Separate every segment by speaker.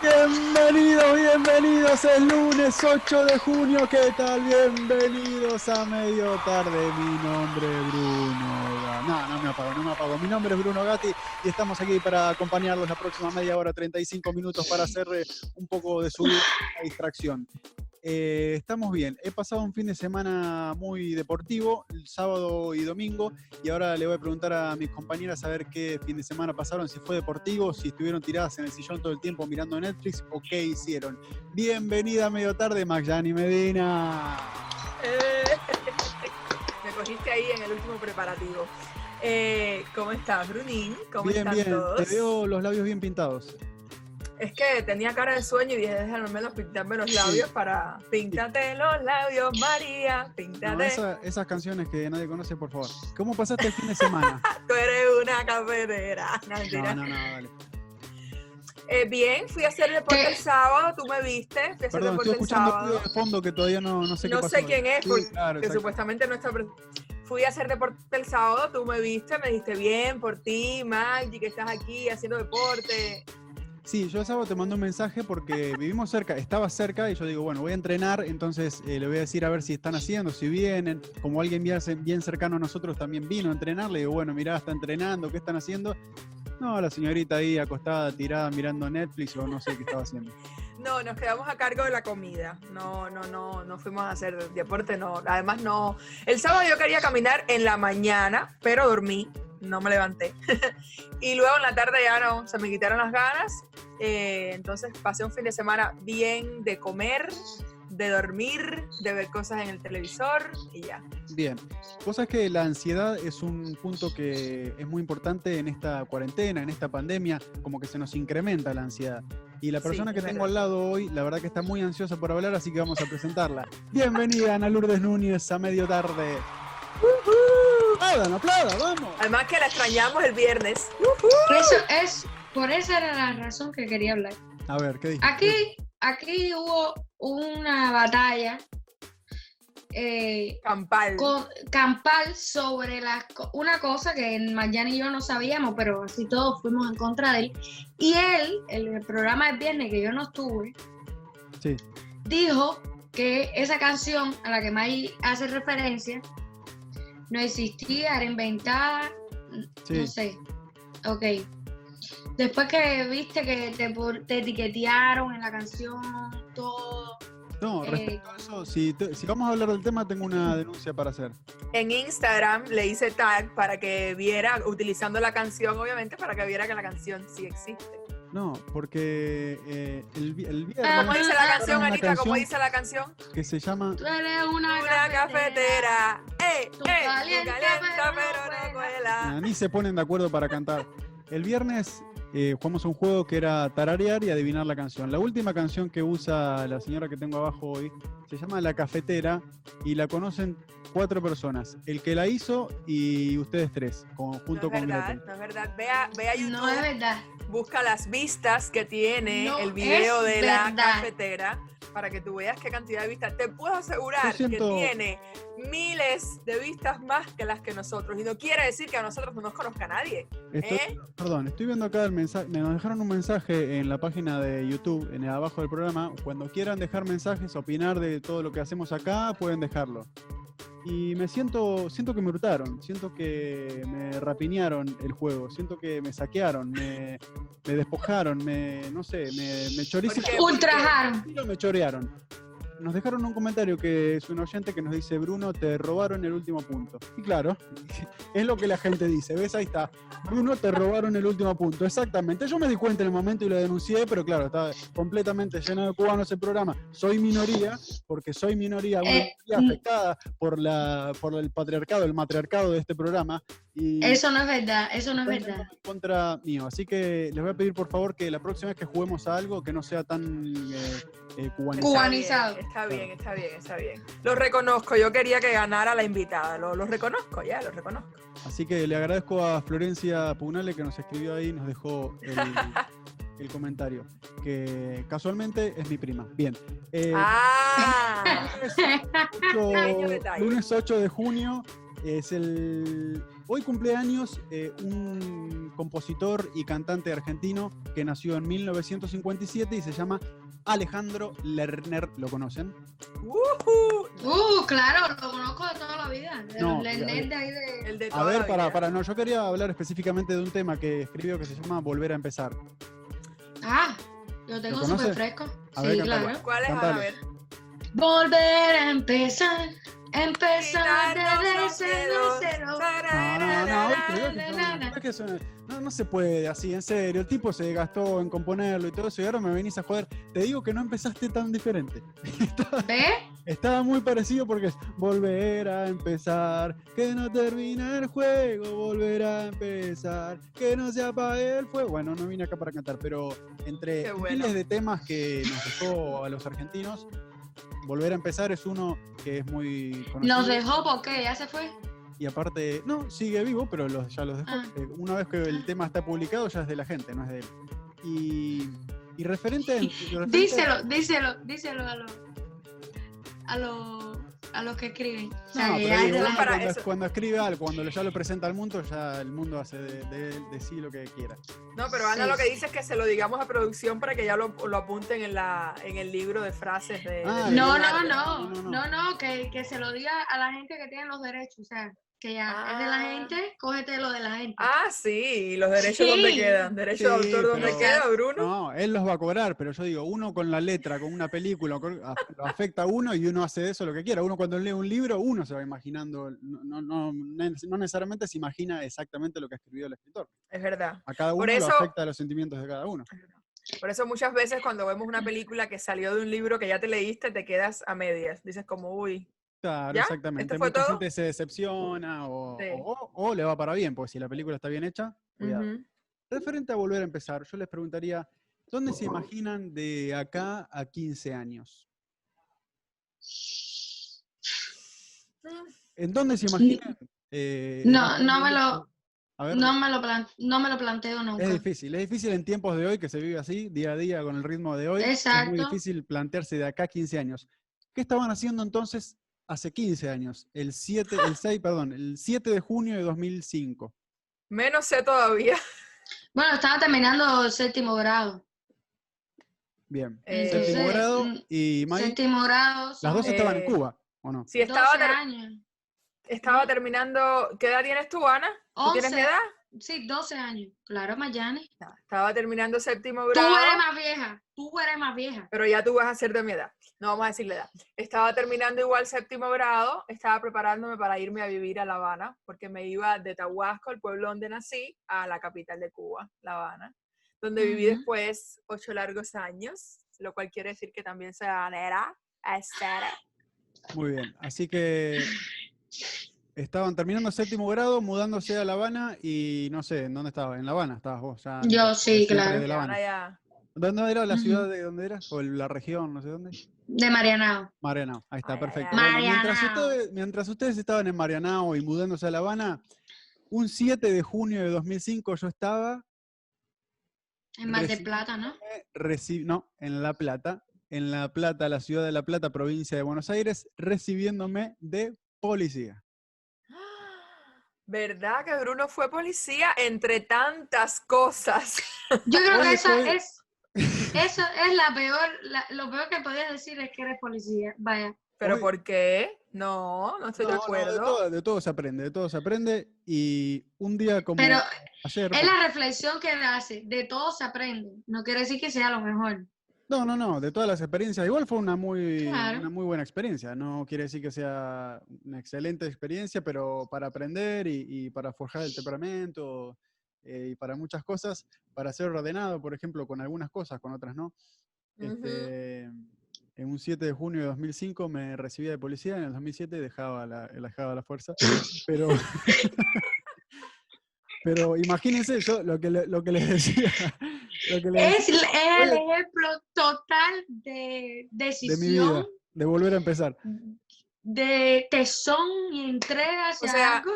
Speaker 1: Bienvenidos, bienvenidos, el lunes 8 de junio, ¿qué tal? Bienvenidos a medio tarde, mi nombre es Bruno Gatti. No, no me apago, no me apago. Mi nombre es Bruno Gatti y estamos aquí para acompañarlos la próxima media hora, 35 minutos, para hacer eh, un poco de su distracción. Eh, estamos bien, he pasado un fin de semana muy deportivo, el sábado y domingo, y ahora le voy a preguntar a mis compañeras a ver qué fin de semana pasaron, si fue deportivo, si estuvieron tiradas en el sillón todo el tiempo mirando Netflix o qué hicieron. Bienvenida a medio tarde, Magyani Medina.
Speaker 2: Eh, me cogiste ahí en el último preparativo. Eh, ¿Cómo estás, Brunín? ¿Cómo
Speaker 1: bien,
Speaker 2: están
Speaker 1: bien,
Speaker 2: todos?
Speaker 1: te veo los labios bien pintados.
Speaker 2: Es que tenía cara de sueño y dije, déjame al menos pintarme los labios para... Píntate los labios, María, píntate.
Speaker 1: No, esa- esas canciones que nadie conoce, por favor. ¿Cómo pasaste el fin de semana?
Speaker 2: Tú eres una cafetera. No, mentira.
Speaker 1: No, no, no, dale.
Speaker 2: Eh, bien, fui a hacer deporte
Speaker 3: ¿Qué?
Speaker 2: el sábado, tú me viste, fui a hacer
Speaker 1: Perdón, estoy
Speaker 2: deporte el
Speaker 1: escuchando
Speaker 2: sábado.
Speaker 1: ruido de fondo que todavía no, no sé qué
Speaker 2: No
Speaker 1: pasó.
Speaker 2: sé quién es,
Speaker 1: Sí,
Speaker 2: porque-
Speaker 1: claro,
Speaker 2: que
Speaker 1: exacto.
Speaker 2: supuestamente no está presente. Fui a hacer deporte el sábado, tú me viste, me dijiste bien por ti, Maggi, que estás aquí haciendo deporte.
Speaker 1: Sí, yo el sábado te mandé un mensaje porque vivimos cerca, estaba cerca y yo digo, bueno, voy a entrenar, entonces eh, le voy a decir a ver si están haciendo, si vienen. Como alguien bien, ce- bien cercano a nosotros también vino a entrenar, le digo, bueno, mirá, está entrenando, ¿qué están haciendo? No, la señorita ahí acostada, tirada, mirando Netflix o no sé qué estaba haciendo.
Speaker 2: No, nos quedamos a cargo de la comida. No, no, no, no fuimos a hacer deporte, no. Además, no. El sábado yo quería caminar en la mañana, pero dormí, no me levanté. y luego en la tarde ya no, se me quitaron las ganas. Eh, entonces pasé un fin de semana bien de comer, de dormir, de ver cosas en el televisor y ya.
Speaker 1: Bien, cosa es que la ansiedad es un punto que es muy importante en esta cuarentena, en esta pandemia, como que se nos incrementa la ansiedad. Y la
Speaker 2: Sí,
Speaker 1: persona que
Speaker 2: es
Speaker 1: tengo
Speaker 2: verdad.
Speaker 1: al lado hoy, la verdad que está muy ansiosa por hablar, así que vamos a presentarla. Bienvenida, Ana Lourdes Núñez, a medio tarde. ¡Aplaudan, aplaudan, vamos!
Speaker 2: Además que la extrañamos el viernes.
Speaker 3: Eso es, por esa era la razón que quería hablar.
Speaker 1: A ver, ¿qué dije?
Speaker 3: Aquí, aquí hubo una batalla eh,
Speaker 2: Campal.
Speaker 3: con- campal sobre las co- una cosa que Mariana y yo no sabíamos, pero así todos fuimos en contra de él. Y él, en el programa del viernes que yo no estuve,
Speaker 1: Sí.
Speaker 3: dijo que esa canción a la que May hace referencia no existía, era inventada,
Speaker 1: Sí,
Speaker 3: no sé. Ok. Después que viste que te, pu- te etiquetearon en la canción, todo.
Speaker 1: no,
Speaker 3: eh,
Speaker 1: respecto a eso, si, te- si vamos a hablar del tema, tengo una denuncia para hacer.
Speaker 2: En Instagram le hice tag para que viera, utilizando la canción, obviamente, para que viera que la canción sí existe.
Speaker 1: No, porque eh, el, vi- el viernes
Speaker 2: ¿Cómo dice la
Speaker 3: Ah,
Speaker 2: canción,
Speaker 1: una
Speaker 2: Anita? ¿Cómo
Speaker 1: canción.
Speaker 2: dice la canción?
Speaker 1: que se llama
Speaker 3: Tú eres una,
Speaker 2: Una cafetera. ¡Eh! ¡Eh!
Speaker 3: Tú
Speaker 2: Tú
Speaker 3: calienta,
Speaker 2: calienta,
Speaker 3: pero
Speaker 2: pero no
Speaker 3: no
Speaker 1: Nada,
Speaker 2: cuela.
Speaker 1: ni se ponen de acuerdo para cantar. El viernes eh, jugamos un juego que era tararear y adivinar la canción. La última canción que usa la señora que tengo abajo hoy se llama La Cafetera y la conocen cuatro personas. El que la hizo y ustedes tres, con- junto
Speaker 2: No es
Speaker 1: con
Speaker 2: verdad,
Speaker 1: Gretel.
Speaker 2: no es verdad. Ve a, ve a
Speaker 3: No es
Speaker 2: YouTube,
Speaker 3: verdad.
Speaker 2: busca las vistas que tiene
Speaker 3: No
Speaker 2: el video
Speaker 3: es
Speaker 2: de la
Speaker 3: verdad.
Speaker 2: cafetera para que tú veas qué cantidad de vistas. Te puedo asegurar
Speaker 1: Yo siento-
Speaker 2: que tiene miles de vistas más que las que nosotros. Y no quiere decir que a nosotros no nos conozca nadie.
Speaker 1: Estoy-
Speaker 2: ¿eh?
Speaker 1: Perdón, estoy viendo acá el mensaje. Me dejaron un mensaje en la página de YouTube, en el abajo del programa. Cuando quieran dejar mensajes, opinar de todo lo que hacemos acá, pueden dejarlo. Y me siento, siento que me hurtaron, siento que me rapiñaron el juego, siento que me saquearon, me, me despojaron, me, no sé, me, me chorizaron.
Speaker 2: Porque-
Speaker 3: Ultrajaron.
Speaker 1: Tranquilo, me chorearon. Nos dejaron un comentario que es un oyente que nos dice, Bruno, te robaron el último punto. Y claro, es lo que la gente dice. ¿Ves? Ahí está. Bruno, te robaron el último punto. Exactamente. Yo me di cuenta en el momento y lo denuncié, pero claro, estaba completamente lleno de cubanos el programa. Soy minoría, porque soy minoría, una
Speaker 3: Eh,
Speaker 1: minoría
Speaker 3: mm.
Speaker 1: afectada por, la, por el patriarcado, el matriarcado de este programa. Y
Speaker 3: Eso no es verdad, eso no es verdad.
Speaker 1: en contra mío. Así que les voy a pedir por favor que la próxima vez que juguemos a algo que no sea tan eh, eh, cubanizado.
Speaker 3: Cuba- Cubanizado.
Speaker 2: Está bien, está bien, está bien, está bien. Lo reconozco, yo quería que ganara la invitada. Lo, lo reconozco, ya, lo reconozco.
Speaker 1: Así que le agradezco a Florencia Pugnale que nos escribió ahí y nos dejó el, el comentario. Que casualmente es mi prima. Bien. Eh,
Speaker 2: Ah,
Speaker 1: lunes
Speaker 2: Pequeño
Speaker 1: 8,
Speaker 2: detalle.
Speaker 1: lunes 8 de junio es el. Hoy cumpleaños eh, un compositor y cantante argentino que nació en 1957 y se llama Alejandro Lerner. ¿Lo conocen?
Speaker 2: ujú,
Speaker 3: Uh, claro, lo conozco de toda la vida. De
Speaker 1: pues, No,
Speaker 3: los
Speaker 1: ya-
Speaker 3: Lenés de ahí de.
Speaker 2: el de
Speaker 1: A
Speaker 2: toda
Speaker 1: ver,
Speaker 2: la
Speaker 1: para,
Speaker 2: vida.
Speaker 1: para, no, yo quería hablar específicamente de un tema que escribió que se llama Volver a empezar.
Speaker 3: Ah, lo tengo
Speaker 1: ¿Lo
Speaker 3: súper
Speaker 1: conoces?
Speaker 3: fresco.
Speaker 1: A
Speaker 3: sí,
Speaker 1: ver, pues. cántalo.
Speaker 3: claro.
Speaker 2: ¿Cuál es? A
Speaker 1: Cantale.
Speaker 2: ver.
Speaker 3: Volver a empezar. Empezar desde
Speaker 2: Quitarnos los
Speaker 3: cero
Speaker 2: dedos.
Speaker 3: a cero.
Speaker 1: No, Ah, no, no, hoy te digo que
Speaker 3: na,
Speaker 1: son-
Speaker 3: na, na.
Speaker 1: es que son- no, no se puede así, en serio. El tipo se gastó en componerlo y todo eso y ahora me venís a joder. Te digo que no empezaste tan diferente.
Speaker 3: ¿Ves?
Speaker 1: Estaba muy parecido porque es volver a empezar, que no termina el juego, volver a empezar, que no se apague el fuego. Bueno, no vine acá para cantar, pero entre
Speaker 2: Qué bueno.
Speaker 1: miles de temas que nos dejó a los argentinos, volver a empezar es uno que es muy conocido.
Speaker 3: Nos dejó porque ya se fue.
Speaker 1: Y aparte, no, sigue vivo, pero los- ya los dejó.
Speaker 3: Ah.
Speaker 1: Eh, Una vez que el tema está publicado, ya es de la gente, no es de él. Y, y referente. referente-
Speaker 3: Díselo, díselo, díselo a los a los a los que escriben. O sea,
Speaker 1: No,
Speaker 3: que
Speaker 1: pero digo,
Speaker 3: ya es de la
Speaker 1: uno
Speaker 2: para
Speaker 1: cuando,
Speaker 2: eso.
Speaker 1: cuando escribe algo, cuando ya lo presenta al mundo, ya el mundo hace de, de- de sí lo que quiera.
Speaker 2: No, pero Ana
Speaker 3: Sí,
Speaker 2: lo que
Speaker 3: sí.
Speaker 2: dice es que se lo digamos a producción para que ya lo, lo apunten en, la, en el libro de frases de... de-
Speaker 1: Ah,
Speaker 3: No, no,
Speaker 1: Claro,
Speaker 3: no,
Speaker 1: no, no,
Speaker 3: no, no, que, que se lo diga a la gente que tiene los derechos, o sea, que ya es de la
Speaker 2: Ah.
Speaker 3: gente, cógete lo de la gente.
Speaker 2: Ah, sí, ¿y los derechos
Speaker 3: Sí.
Speaker 2: dónde quedan? ¿Derechos de
Speaker 1: Sí,
Speaker 2: autor dónde
Speaker 1: pero-
Speaker 2: queda, Bruno?
Speaker 1: No, él los va a cobrar, pero yo digo, uno con la letra, con una película, con- a- lo afecta a uno y uno hace de eso lo que quiera. Uno cuando lee un libro, uno se va imaginando, no, no, no, no necesariamente se imagina exactamente lo que escribió el escritor.
Speaker 2: Es verdad.
Speaker 1: A cada uno
Speaker 2: Por eso-
Speaker 1: lo afecta a los sentimientos de cada uno.
Speaker 2: Por eso muchas veces cuando vemos una película que salió de un libro que ya te leíste, te quedas a medias. Dices como, uy,
Speaker 1: Claro,
Speaker 2: ¿Ya?
Speaker 1: exactamente.
Speaker 2: ¿Esto fue
Speaker 1: Mucha
Speaker 2: todo?
Speaker 1: gente se decepciona o,
Speaker 2: Sí.
Speaker 1: o- o- o le va para bien, porque si la película está bien hecha, cuidado.
Speaker 2: ujú,
Speaker 1: Referente a volver a empezar, yo les preguntaría, ¿dónde se imaginan de acá a 15 años? ¿En dónde se imaginan? eh,
Speaker 3: No,
Speaker 1: en
Speaker 3: no me
Speaker 1: algún-
Speaker 3: lo,
Speaker 1: A ver,
Speaker 3: no me lo plan- no me lo planteo nunca.
Speaker 1: es difícil, es difícil en tiempos de hoy que se vive así, día a día con el ritmo de hoy. Es muy
Speaker 3: Exacto.
Speaker 1: difícil plantearse de acá a 15 años. ¿Qué estaban haciendo entonces hace 15 años? El 7, el 6, perdón, el 7 de junio de 2005.
Speaker 2: menos sé todavía.
Speaker 3: Bueno, estaba terminando séptimo grado.
Speaker 1: Bien.
Speaker 2: Eh,
Speaker 1: séptimo
Speaker 3: Entonces,
Speaker 1: grado
Speaker 3: mm,
Speaker 1: y May,
Speaker 3: Séptimo grado,
Speaker 1: las
Speaker 3: son
Speaker 1: dos estaban en
Speaker 2: eh,
Speaker 1: Cuba, ¿o no?
Speaker 2: Si
Speaker 3: 12
Speaker 2: estaba, ter-
Speaker 3: años.
Speaker 2: estaba terminando... ¿Qué edad tienes tú, Ana? ¿Tú tienes
Speaker 3: 11,
Speaker 2: mi edad?
Speaker 3: sí, 12 años. Claro, Mayani.
Speaker 2: No, estaba terminando séptimo
Speaker 3: Tú
Speaker 2: grado.
Speaker 3: eres más vieja, tú eres más vieja.
Speaker 2: pero ya tú vas a ser de mi edad. No vamos a decir la edad. Estaba terminando igual séptimo grado, estaba preparándome para irme a vivir a La Habana, porque me iba de Tahuasco, el pueblo donde nací, a la capital de Cuba, La Habana, donde viví
Speaker 3: Ujú.
Speaker 2: después ocho largos años, lo cual quiere decir que también soy habanera. habanera.
Speaker 3: ¡Ah!
Speaker 1: Muy bien. Así que estaban terminando séptimo grado, mudándose a La Habana y no sé, ¿en dónde estabas? ¿En La Habana estabas vos? Ya,
Speaker 3: Yo sí,
Speaker 1: siempre
Speaker 3: claro.
Speaker 1: de La
Speaker 2: Y ahora
Speaker 1: Habana.
Speaker 2: ya-
Speaker 1: ¿Dónde era la
Speaker 3: Ujú.
Speaker 1: ciudad de dónde eras? ¿O la región? No sé dónde.
Speaker 3: De Marianao.
Speaker 1: Marianao. Ahí está,
Speaker 2: Ay, ay,
Speaker 1: perfecto.
Speaker 2: ay.
Speaker 1: Bueno, mientras,
Speaker 3: Marianao.
Speaker 1: ustedes, mientras ustedes estaban en Marianao y mudándose a La Habana, un 7 de junio de 2005 yo estaba
Speaker 3: En Mar del
Speaker 1: Recién-
Speaker 3: Plata, ¿no?
Speaker 1: reci- no, en La Plata, en La Plata, la ciudad de La Plata, provincia de Buenos Aires, recibiéndome de policía.
Speaker 2: ¡Ah! ¿Verdad que Bruno fue policía entre tantas cosas?
Speaker 3: Yo creo
Speaker 1: Oye, pues.
Speaker 3: que esa
Speaker 1: fue-
Speaker 3: es, eso es la peor, la- lo peor que podías decir es que eres policía. Vaya.
Speaker 2: ¿Pero
Speaker 1: Uy.
Speaker 2: por qué? No, no estoy
Speaker 1: No,
Speaker 2: de
Speaker 1: no,
Speaker 2: acuerdo.
Speaker 1: todo, de todo se aprende, de todo se aprende. Y un día como
Speaker 3: Pero
Speaker 1: ayer.
Speaker 3: es la reflexión que hace, de todo se aprende. No quiere decir que sea lo mejor.
Speaker 1: No, no, no, de todas las experiencias. Igual fue una muy,
Speaker 3: Claro.
Speaker 1: una muy buena experiencia. No quiere decir que sea una excelente experiencia, pero para aprender y, y para forjar el temperamento eh, y para muchas cosas, para ser ordenado, por ejemplo, con algunas cosas, con otras no.
Speaker 2: Ujú.
Speaker 1: Este, En un 7 de junio de 2005 me recibía de policía, en el 2007 dejaba la, la dejaba la fuerza, pero, Pero imagínense yo lo que, le- lo que les decía. Lo que les decía
Speaker 3: Es el el ejemplo total de
Speaker 1: de mi vida,
Speaker 3: decisión,
Speaker 1: de volver a empezar.
Speaker 3: de tesón y entrega hacia
Speaker 2: sea,
Speaker 3: algo.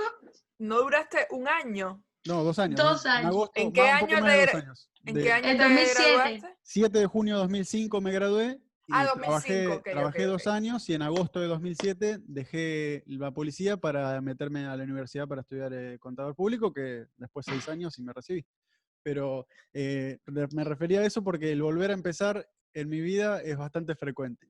Speaker 2: No duraste un año.
Speaker 1: No, dos años.
Speaker 3: Dos
Speaker 1: en- en
Speaker 3: años.
Speaker 1: agosto,
Speaker 2: ¿En qué
Speaker 1: más- un poco
Speaker 2: año
Speaker 1: más de
Speaker 2: te-
Speaker 1: dos años.
Speaker 2: ¿En
Speaker 1: De-
Speaker 2: qué año
Speaker 3: En
Speaker 2: te
Speaker 3: 2007.
Speaker 2: graduaste?
Speaker 1: 7 de junio de 2005 me gradué. Y
Speaker 2: Ah, 2005,
Speaker 1: trabajé,
Speaker 2: ok, ok,
Speaker 1: trabajé dos
Speaker 2: ok.
Speaker 1: años y en agosto de 2007 dejé la policía para meterme a la universidad para estudiar eh, contador público, que después seis años y me recibí. Pero eh, re- me refería a eso porque el volver a empezar en mi vida es bastante frecuente.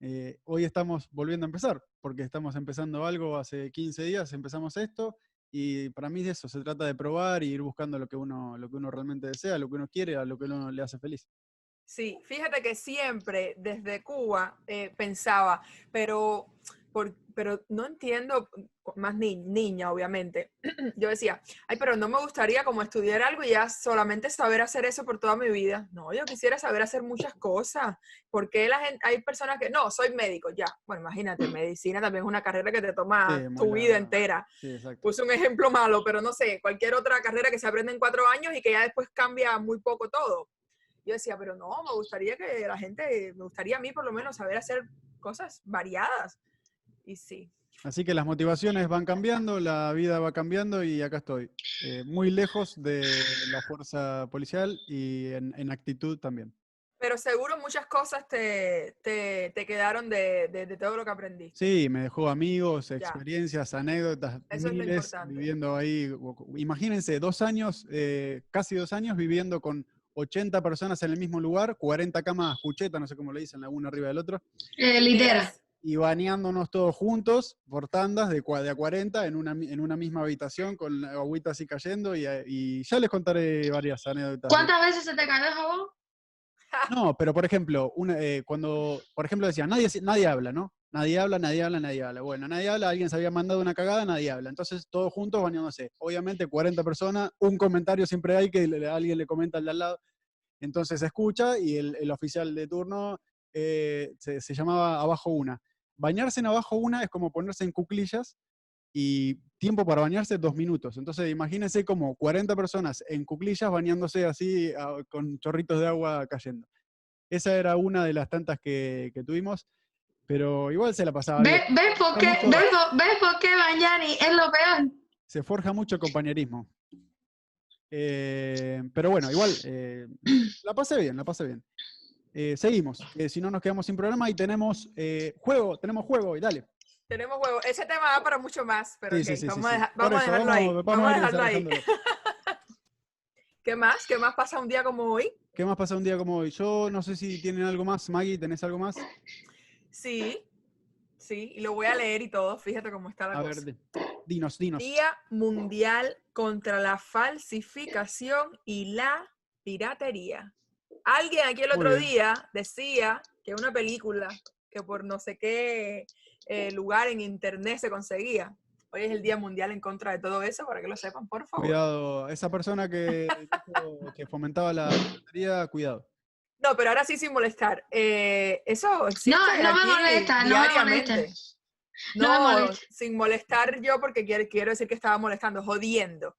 Speaker 1: Eh, hoy estamos volviendo a empezar, porque estamos empezando algo hace 15 días, empezamos esto, y para mí de eso se trata de probar y ir buscando lo que uno, lo que uno realmente desea, lo que uno quiere, a lo que uno le hace feliz.
Speaker 2: Sí, fíjate que siempre desde Cuba eh, pensaba, pero, por- pero no entiendo, más ni- niña obviamente, yo decía, ay, pero no me gustaría como estudiar algo y ya solamente saber hacer eso por toda mi vida. No, yo quisiera saber hacer muchas cosas, porque la gente, hay personas que, no, soy médico, ya. Bueno, imagínate, medicina también es una carrera que te toma
Speaker 1: Sí, muy
Speaker 2: tu vida
Speaker 1: larga.
Speaker 2: entera
Speaker 1: Sí, exacto.
Speaker 2: puse un ejemplo malo, pero no sé, cualquier otra carrera que se aprende en cuatro años y que ya después cambia muy poco todo. Yo decía, pero no, me gustaría que la gente, me gustaría a mí por lo menos saber hacer cosas variadas. Y sí,
Speaker 1: Así que las motivaciones van cambiando, la vida va cambiando y acá estoy. eh, muy lejos de la fuerza policial y en, en actitud también.
Speaker 2: pero seguro muchas cosas te, te, te quedaron de, de- de todo lo que aprendiste.
Speaker 1: Sí, me dejó amigos,
Speaker 2: Ya.
Speaker 1: experiencias, anécdotas,
Speaker 2: Eso es lo
Speaker 1: miles
Speaker 2: importante.
Speaker 1: viviendo ahí. o- Imagínense, dos años, eh, casi dos años viviendo con 80 personas en el mismo lugar, 40 camas cucheta, no sé cómo le dicen, la una arriba del otro,
Speaker 3: Eh, lidera.
Speaker 1: y baneándonos todos juntos por tandas de, cua- de a 40 en una, mi- en una misma habitación con la agüita así cayendo y, eh, y ya les contaré varias anécdotas. de-
Speaker 3: ¿Cuántas veces se te cayó el jabón?
Speaker 1: No, pero por ejemplo, una, eh, cuando, por ejemplo, decía, nadie, se- nadie habla, ¿no? Nadie habla, nadie habla, nadie habla. Bueno, nadie habla, alguien se había mandado una cagada, nadie habla. Entonces, todos juntos bañándose. Obviamente, 40 personas, un comentario siempre hay que le- alguien le comenta al de al lado. Entonces, se escucha y el, el oficial de turno eh, se, se llamaba abajo una. Bañarse en abajo una es como ponerse en cuclillas y tiempo para bañarse dos minutos. Entonces, imagínense como 40 personas en cuclillas bañándose así a- con chorritos de agua cayendo. Esa era una de las tantas que, que tuvimos, pero igual se la pasaba bien.
Speaker 3: ¿Ves, ves por qué,
Speaker 1: Vamos
Speaker 3: ves por- ves por qué Bayani es lo peor?
Speaker 1: Se forja mucho compañerismo. Eh, pero bueno, igual, eh, la pasé bien, la pasé bien. Eh, seguimos, eh, si no nos quedamos sin programa y tenemos eh, juego, tenemos juego, y dale.
Speaker 2: Tenemos huevo. Ese tema da para mucho más, pero
Speaker 1: Sí,
Speaker 2: ok,
Speaker 1: sí, sí, sí,
Speaker 2: vamos, a
Speaker 1: sí.
Speaker 2: dejar-
Speaker 1: Por
Speaker 2: vamos a
Speaker 1: eso,
Speaker 2: dejarlo ahí.
Speaker 1: vamos-
Speaker 2: Vamos
Speaker 1: vamos
Speaker 2: a
Speaker 1: a ir
Speaker 2: dejarlo ahí.
Speaker 1: dejándolo.
Speaker 2: ¿Qué más? ¿Qué más pasa un día como hoy?
Speaker 1: ¿Qué más pasa un día como hoy? Yo no sé si tienen algo más, Maggie, ¿tenés algo más?
Speaker 2: Sí, sí, y lo voy a leer y todo, fíjate cómo está la
Speaker 1: A
Speaker 2: cosa.
Speaker 1: ver, di- dinos, dinos.
Speaker 2: Día Mundial contra la Falsificación y la Piratería. Alguien aquí el
Speaker 1: Muy
Speaker 2: otro
Speaker 1: bien.
Speaker 2: día decía que una película que por no sé qué eh, lugar en internet se conseguía. Hoy es el Día Mundial en contra de todo eso, para que lo sepan, por favor.
Speaker 1: Cuidado, esa persona que, dijo que fomentaba la piratería, cuidado.
Speaker 2: No, pero ahora sí sin molestar. Eh, eso existe
Speaker 3: No, no me
Speaker 2: aquí
Speaker 3: molesta, no me
Speaker 2: diariamente.
Speaker 3: molesta. No me
Speaker 2: No,
Speaker 3: molesta.
Speaker 2: sin molestar yo porque quiero, quiero decir que estaba molestando, jodiendo.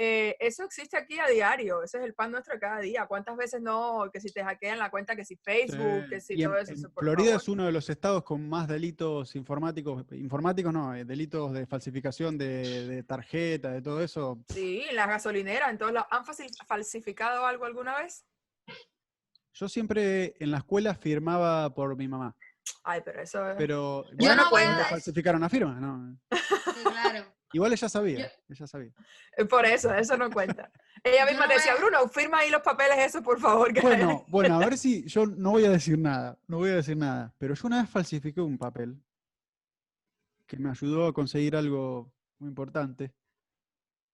Speaker 2: Eh, eso existe aquí a diario, ese es el pan nuestro de cada día. ¿Cuántas veces no? Que si te hackean la cuenta, que si Facebook,
Speaker 1: Sí,
Speaker 2: que si
Speaker 1: y en-
Speaker 2: todo eso.
Speaker 1: en
Speaker 2: eso, por
Speaker 1: Florida
Speaker 2: favor.
Speaker 1: es uno de los estados con más delitos informáticos, informáticos no, eh, delitos de falsificación de, de tarjeta, de todo eso.
Speaker 2: Sí, en las gasolineras, en todos lados. ¿Han facil- falsificado algo alguna vez?
Speaker 1: Yo siempre en la escuela firmaba por mi mamá,
Speaker 2: Ay, pero eso es...
Speaker 1: pero
Speaker 2: Yo no
Speaker 1: pero
Speaker 2: cuenta.
Speaker 1: falsificaron la firma, no.
Speaker 3: Sí, claro.
Speaker 1: Igual ella sabía, ella sabía.
Speaker 2: eh, Por eso, eso no cuenta. Ella
Speaker 3: Yo
Speaker 2: misma
Speaker 3: no
Speaker 2: te decía,
Speaker 3: voy a-
Speaker 2: Bruno, firma ahí los papeles esos, por favor. que-
Speaker 1: Bueno, bueno, a ver si yo no voy a decir nada, no voy a decir nada, pero yo una vez falsifiqué un papel que me ayudó a conseguir algo muy importante,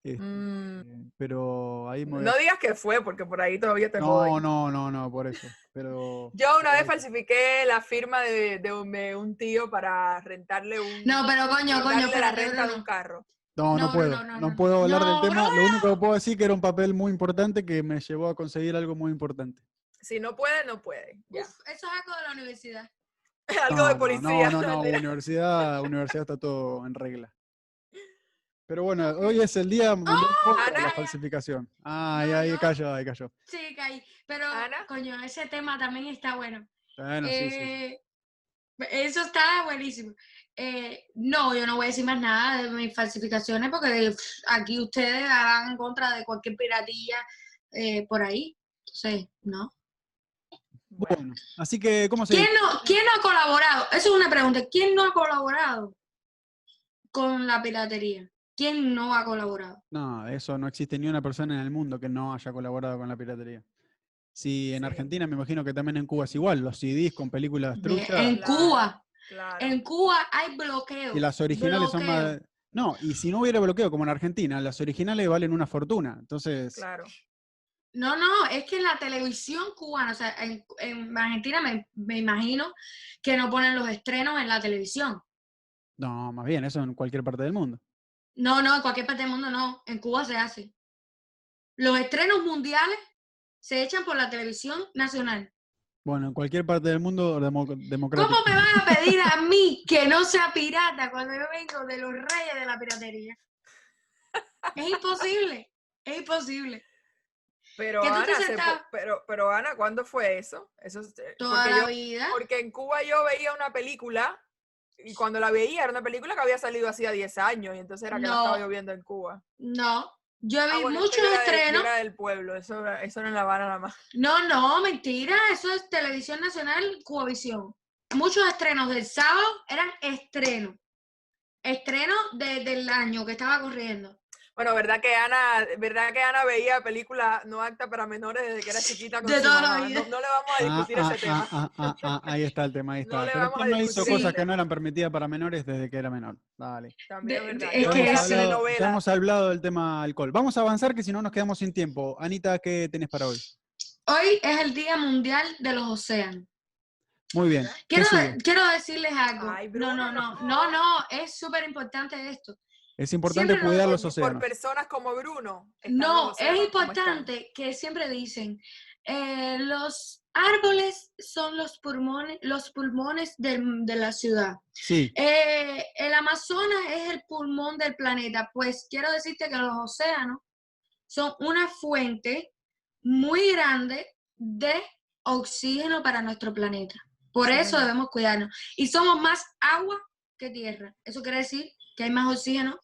Speaker 1: este,
Speaker 2: Mm,
Speaker 1: pero ahí me voy a-
Speaker 2: no digas que fue, porque por ahí todavía te joden.
Speaker 1: No, no, no, no, por eso, pero
Speaker 2: Yo una vez
Speaker 1: Ahorita.
Speaker 2: falsifiqué la firma de, de un, de un tío para rentarle un...
Speaker 3: No, pero coño,
Speaker 2: rentarle
Speaker 3: coño,
Speaker 2: la
Speaker 3: espérate,
Speaker 2: renta de
Speaker 3: Bruno.
Speaker 2: un carro.
Speaker 1: no, no,
Speaker 3: No,
Speaker 1: puedo,
Speaker 3: no,
Speaker 1: no,
Speaker 3: no, no,
Speaker 1: puedo hablar
Speaker 3: no,
Speaker 1: del tema, lo único que puedo decir que era un papel muy importante que me llevó a conseguir algo muy importante.
Speaker 2: Si no puede, no puede. Ya.
Speaker 3: Uf, eso es algo de la universidad.
Speaker 2: Algo
Speaker 1: No,
Speaker 2: de
Speaker 1: no,
Speaker 2: policía.
Speaker 1: No, no, no,
Speaker 2: mentira.
Speaker 1: universidad, universidad está todo en regla. Pero bueno, hoy es el día mundial contra la
Speaker 2: Ana.
Speaker 1: falsificación. Ay, ahí
Speaker 3: ¡Ah, no.
Speaker 1: cayó, ahí cayó.
Speaker 3: Sí, caí. Pero,
Speaker 2: Ana.
Speaker 3: coño, ese tema también está bueno.
Speaker 1: Bueno, sí, sí.
Speaker 3: Eh, Eso está buenísimo. Eh, no, yo no voy a decir más nada de mis falsificaciones porque pff, aquí ustedes harán en contra de cualquier piratilla eh, por ahí. Entonces, no.
Speaker 1: Bueno, así que, ¿cómo se
Speaker 3: ¿Quién no, ¿Quién no ha colaborado? Eso es una pregunta. ¿Quién no ha colaborado con la piratería? ¿Quién no ha colaborado?
Speaker 1: No, eso no existe ni una persona en el mundo que no haya colaborado con la piratería. Sí, en
Speaker 2: Sí.
Speaker 1: Argentina me imagino que también en Cuba es igual, los CDs con películas
Speaker 3: Bien,
Speaker 1: truchas
Speaker 3: En
Speaker 2: Claro.
Speaker 3: Cuba,
Speaker 2: Claro.
Speaker 3: en Cuba hay bloqueo.
Speaker 1: y las originales son más...
Speaker 3: bloqueo.
Speaker 1: No, y si no hubiera bloqueo como en Argentina, las originales valen una fortuna. Entonces,
Speaker 2: Claro.
Speaker 3: No, no, es que en la televisión cubana, o sea, en, en Argentina me, me imagino que no ponen los estrenos en la televisión.
Speaker 1: no, más bien, eso en cualquier parte del mundo.
Speaker 3: No, no, en cualquier parte del mundo no. En Cuba se hace. Los estrenos mundiales se echan por la televisión nacional.
Speaker 1: Bueno, en cualquier parte del mundo demo- democrático.
Speaker 3: ¿Cómo me van a pedir a mí que no sea pirata cuando yo vengo de los reyes de la piratería? Es imposible, es imposible.
Speaker 2: Pero
Speaker 3: ¿Qué tú
Speaker 2: Ana,
Speaker 3: te
Speaker 2: se
Speaker 3: sentabas?
Speaker 2: po- pero, pero Ana, ¿cuándo fue eso? Eso es- eh,
Speaker 3: Toda
Speaker 2: porque,
Speaker 3: la
Speaker 2: yo-
Speaker 3: vida.
Speaker 2: porque en Cuba yo veía una película y cuando la veía era una película que había salido hacía 10 años y entonces era que la estaba
Speaker 3: No.
Speaker 2: lloviendo en Cuba.
Speaker 3: No, yo vi
Speaker 2: Ah, bueno, es que
Speaker 3: muchos
Speaker 2: yo era de- yo
Speaker 3: estrenos.
Speaker 2: era del pueblo, eso, era- eso era en La Habana nada más.
Speaker 3: No, no, mentira, eso es Televisión Nacional, Cubavisión. Muchos estrenos del sábado eran estrenos. Estrenos de- del año que estaba corriendo.
Speaker 2: Bueno, ¿verdad que Ana, verdad que Ana veía películas no aptas para menores desde que era chiquita con
Speaker 3: De
Speaker 2: su
Speaker 3: toda la
Speaker 2: mamá? No,
Speaker 3: vida.
Speaker 2: no le vamos a
Speaker 1: Ah,
Speaker 2: discutir
Speaker 1: ah,
Speaker 2: ese tema.
Speaker 1: ah, ah, ah, ah, ahí está el tema, ahí
Speaker 2: No
Speaker 1: está.
Speaker 2: le
Speaker 1: Pero
Speaker 2: vamos a
Speaker 1: ¿quién no hizo
Speaker 2: discutir.
Speaker 1: cosas que no eran permitidas para menores desde que era menor? Dale.
Speaker 2: También,
Speaker 3: de-
Speaker 2: ¿verdad?
Speaker 3: es
Speaker 2: Yo
Speaker 3: que
Speaker 2: veía
Speaker 1: hemos
Speaker 2: la
Speaker 3: es-
Speaker 1: hablado- ya
Speaker 2: telenovela.
Speaker 1: hemos hablado del tema alcohol. Vamos a avanzar que si no nos quedamos sin tiempo. Anita, ¿qué tenés para hoy?
Speaker 3: Hoy es el Día Mundial de los Océanos.
Speaker 1: Muy bien. ¿qué
Speaker 3: Quiero,
Speaker 1: sigue?
Speaker 3: quiero decirles algo.
Speaker 2: Ay,
Speaker 3: no,
Speaker 2: Bruno,
Speaker 3: no, no,
Speaker 2: no.
Speaker 3: no, no, es súper importante esto.
Speaker 1: Es importante
Speaker 3: siempre lo
Speaker 1: cuidar
Speaker 3: digo,
Speaker 1: los
Speaker 2: por
Speaker 1: océanos.
Speaker 2: personas como Bruno. están
Speaker 3: No,
Speaker 2: los
Speaker 3: es
Speaker 2: océanos como están.
Speaker 3: importante que siempre dicen, eh, los árboles son los pulmones, los pulmones del- de la ciudad.
Speaker 1: Sí,
Speaker 3: Eh, el Amazonas es el pulmón del planeta. Pues quiero decirte que los océanos son una fuente muy grande de oxígeno para nuestro planeta. Por
Speaker 2: Sí,
Speaker 3: eso
Speaker 2: señor.
Speaker 3: debemos cuidarnos. Y somos más agua que tierra. Eso quiere decir que hay más oxígeno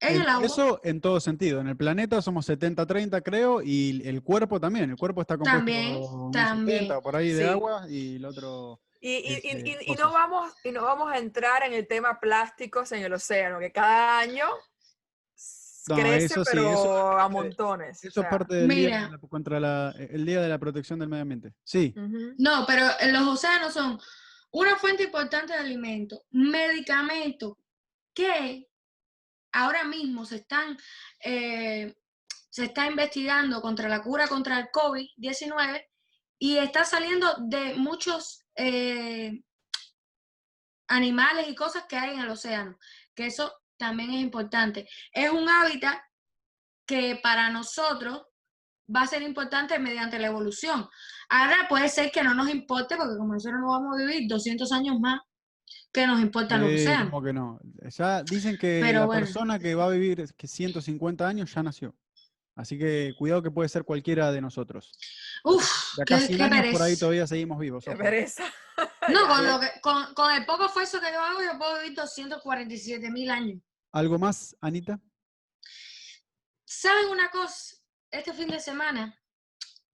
Speaker 3: en
Speaker 1: en-
Speaker 3: el agua.
Speaker 1: Eh, eso en todo sentido. En el planeta somos 70-30, creo, y el cuerpo también. El cuerpo está compuesto
Speaker 3: También,
Speaker 1: un
Speaker 3: también.
Speaker 1: 70 por ahí de
Speaker 2: Sí.
Speaker 1: agua y el otro.
Speaker 2: Y, y- y-
Speaker 1: este,
Speaker 2: y- y
Speaker 1: cosas.
Speaker 2: no vamos, y no vamos a entrar en el tema plásticos en el océano, que cada año s-
Speaker 1: No,
Speaker 2: crece,
Speaker 1: eso sí,
Speaker 2: pero
Speaker 1: eso es
Speaker 2: a
Speaker 1: parte de-
Speaker 2: montones.
Speaker 1: Eso
Speaker 2: o
Speaker 1: es
Speaker 2: sea.
Speaker 1: parte del día,
Speaker 3: Mira.
Speaker 1: de la- contra la, el día de la protección del medio ambiente. Sí,
Speaker 2: Ujú.
Speaker 3: No, pero eh, los océanos son una fuente importante de alimentos, medicamentos que ahora mismo se están eh, se está investigando contra la cura contra el COVID-19 y está saliendo de muchos eh, animales y cosas que hay en el océano, que eso también es importante. Es un hábitat que para nosotros va a ser importante mediante la evolución. Ahora puede ser que no nos importe, porque como nosotros no vamos a vivir 200 años más, que nos importa lo que
Speaker 1: eh,
Speaker 3: sea.
Speaker 1: como que no. Ya dicen que
Speaker 3: Pero
Speaker 1: la
Speaker 3: bueno.
Speaker 1: persona que va a vivir es que 150 años ya nació. Así que cuidado que puede ser cualquiera de nosotros.
Speaker 3: Uf,
Speaker 1: De acá a
Speaker 3: qué,
Speaker 1: 100
Speaker 3: qué
Speaker 1: años por ahí
Speaker 3: pereza.
Speaker 1: todavía seguimos vivos.
Speaker 2: Qué
Speaker 1: ojo.
Speaker 2: pereza.
Speaker 3: No, con, lo que- con, con el poco esfuerzo que yo hago, yo puedo vivir 247 mil años.
Speaker 1: ¿Algo más, Anita?
Speaker 3: ¿Saben una cosa? Este fin de semana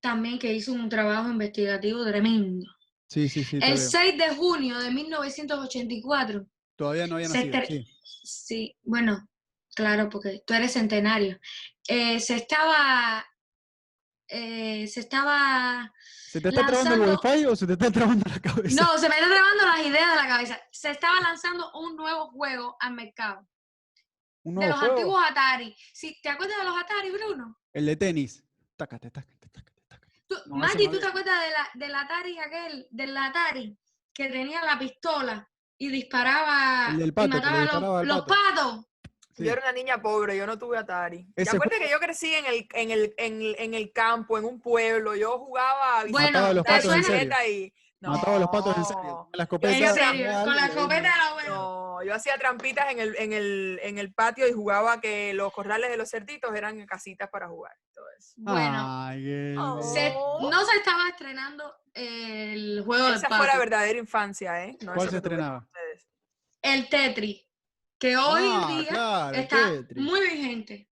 Speaker 3: también que hice un trabajo investigativo tremendo.
Speaker 1: Sí, sí, sí. te
Speaker 3: El
Speaker 1: veo.
Speaker 3: 6 de junio de 1984,
Speaker 1: Todavía no había
Speaker 3: se
Speaker 1: nacido.
Speaker 3: ter-
Speaker 1: Sí.
Speaker 3: sí, bueno, claro, porque tú eres centenario, eh, se estaba, eh, se estaba
Speaker 1: ¿Se te está trabando el
Speaker 3: lanzando-
Speaker 1: wifi o se te está trabando la cabeza?
Speaker 3: No, se me están trabando las ideas de la cabeza. Se estaba lanzando un nuevo juego al mercado.
Speaker 1: Un
Speaker 3: de
Speaker 1: nuevo
Speaker 3: los
Speaker 1: juego,
Speaker 3: antiguos Atari. Sí, ¿Te acuerdas de los Atari, Bruno?
Speaker 1: El de tenis. Tácate, tácate, tácate, tácate.
Speaker 3: Tú,
Speaker 1: No, ese
Speaker 3: Mati,
Speaker 1: no
Speaker 3: ¿tú
Speaker 1: lo-
Speaker 3: te acuerdas de la, del Atari aquel? Del Atari que tenía la pistola y disparaba,
Speaker 1: El del
Speaker 3: y
Speaker 1: pato, que le
Speaker 3: mataba a los,
Speaker 1: disparaba al
Speaker 3: los
Speaker 1: pato.
Speaker 3: patos.
Speaker 1: Sí.
Speaker 2: Yo era una niña pobre, yo no tuve Atari. ¿Te
Speaker 1: Ese
Speaker 2: acuerdas que yo crecí en el, en, el, en, el- en el campo, en un pueblo? Yo jugaba a
Speaker 3: Bueno,
Speaker 1: Mataba a los
Speaker 2: bicicleta,
Speaker 1: patos, en
Speaker 3: suena-
Speaker 2: bicicleta y No.
Speaker 1: Mataba a los patos en serio. Con la escopeta.
Speaker 3: En serio, con la escopeta de la abuela.
Speaker 2: No, yo hacía trampitas en el, en, el, en el patio y jugaba que los corrales de los cerditos eran casitas para jugar. Todo eso.
Speaker 3: Bueno,
Speaker 1: Ay, qué
Speaker 2: Oh.
Speaker 1: lindo.
Speaker 3: se- no se estaba estrenando el juego de
Speaker 2: Esa fue la
Speaker 3: pato,
Speaker 2: verdadera infancia, ¿eh? No,
Speaker 1: ¿Cuál
Speaker 2: eso
Speaker 1: se
Speaker 2: que tuvieron
Speaker 1: estrenaba?
Speaker 2: ustedes.
Speaker 3: el Tetris, que hoy
Speaker 1: Ah,
Speaker 3: en día
Speaker 1: claro, el
Speaker 3: está
Speaker 1: Tetris.
Speaker 3: muy vigente.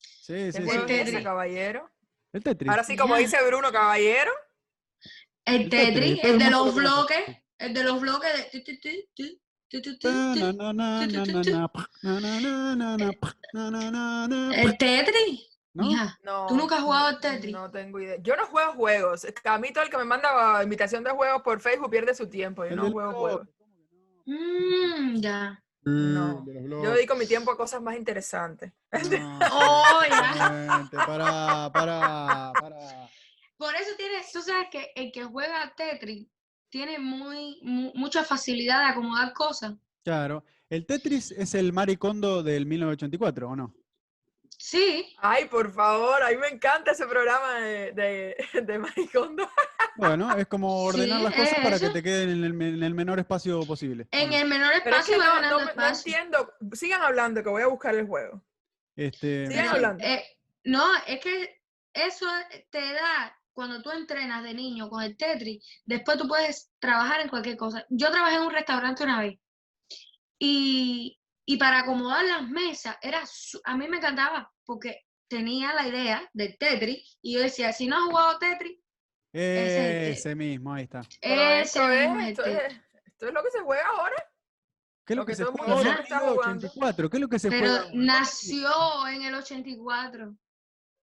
Speaker 1: Sí, sí,
Speaker 2: ¿Qué
Speaker 1: sí.
Speaker 2: juego
Speaker 3: El
Speaker 2: es
Speaker 3: Tetris.
Speaker 2: ese, caballero?
Speaker 1: El Tetris.
Speaker 2: Ahora sí, como
Speaker 3: Ya.
Speaker 2: dice Bruno, caballero.
Speaker 3: El
Speaker 1: El Tetris,
Speaker 3: Tetris,
Speaker 1: todo
Speaker 3: el
Speaker 1: el
Speaker 3: de
Speaker 1: mundo
Speaker 3: los
Speaker 1: lo conoce.
Speaker 3: bloques, el de los bloques de... tu, tu, tu, tu, tu, tu,
Speaker 1: Na, na,
Speaker 3: tu, tu.
Speaker 1: na, na,
Speaker 3: tu,
Speaker 1: na,
Speaker 3: tu,
Speaker 1: na,
Speaker 3: tu.
Speaker 1: na, pa, na, na, na, na, na, pa, na, na, na, na, pa.
Speaker 3: ¿El Tetris?
Speaker 1: pues, ¿No?
Speaker 3: Mija,
Speaker 2: No.
Speaker 3: ¿Tú nunca has jugado
Speaker 2: no-
Speaker 3: al Tetris?
Speaker 2: No tengo idea. Yo no juego juegos. A mí todo el que me manda ah, invitación de juegos por Facebook pierde su tiempo. Yo
Speaker 1: El
Speaker 2: no
Speaker 1: del
Speaker 2: juego
Speaker 1: bloque,
Speaker 2: juegos.
Speaker 1: ¿cómo que no?
Speaker 3: mm, ya.
Speaker 2: No.
Speaker 1: El de los
Speaker 2: Yo
Speaker 1: bloques.
Speaker 2: dedico mi tiempo a cosas más interesantes.
Speaker 1: No,
Speaker 3: Oh, ya.
Speaker 1: gente, Para, para, para.
Speaker 3: Por eso tienes, tú sabes que el que juega al Tetris tiene muy, mu- mucha facilidad de acomodar cosas.
Speaker 1: Claro. ¿El Tetris es el maricondo del 1984 o no?
Speaker 3: Sí,
Speaker 2: Ay, por favor, a mí me encanta ese programa de, de, de Maricondo.
Speaker 1: Bueno, es como ordenar
Speaker 3: Sí,
Speaker 1: las cosas
Speaker 3: es
Speaker 1: para que
Speaker 3: eso.
Speaker 1: te queden en el, me- en el menor espacio posible. ¿o
Speaker 3: en
Speaker 1: no?
Speaker 3: el menor
Speaker 2: Pero es
Speaker 3: espacio
Speaker 2: que
Speaker 3: va
Speaker 2: no,
Speaker 3: ganando
Speaker 2: no- no
Speaker 3: espacio.
Speaker 2: entiendo. Sigan hablando que voy a buscar el juego.
Speaker 1: Este,
Speaker 2: Sí,
Speaker 3: Pero,
Speaker 2: Sigan hablando.
Speaker 3: eh, no, es que eso te da, cuando tú entrenas de niño con el Tetris, después tú puedes trabajar en cualquier cosa. Yo trabajé en un restaurante una vez y, y para acomodar las mesas, era, su- a mí me encantaba porque tenía la idea del Tetris y yo decía, si no has jugado Tetris, ese-
Speaker 1: ese mismo, ahí está.
Speaker 2: Pero
Speaker 3: ese
Speaker 2: esto, es,
Speaker 3: mismo es el
Speaker 2: esto,
Speaker 3: Tetris".
Speaker 2: es, esto es lo que se juega ahora.
Speaker 1: ¿Qué es lo,
Speaker 2: Lo
Speaker 1: que,
Speaker 2: que
Speaker 1: se
Speaker 2: todo el
Speaker 1: juega
Speaker 2: mundo
Speaker 1: ahora
Speaker 3: siempre
Speaker 1: en
Speaker 2: está jugando.
Speaker 1: 1984? ¿Qué es lo que se
Speaker 3: Pero
Speaker 1: juega?
Speaker 3: nació en el 84.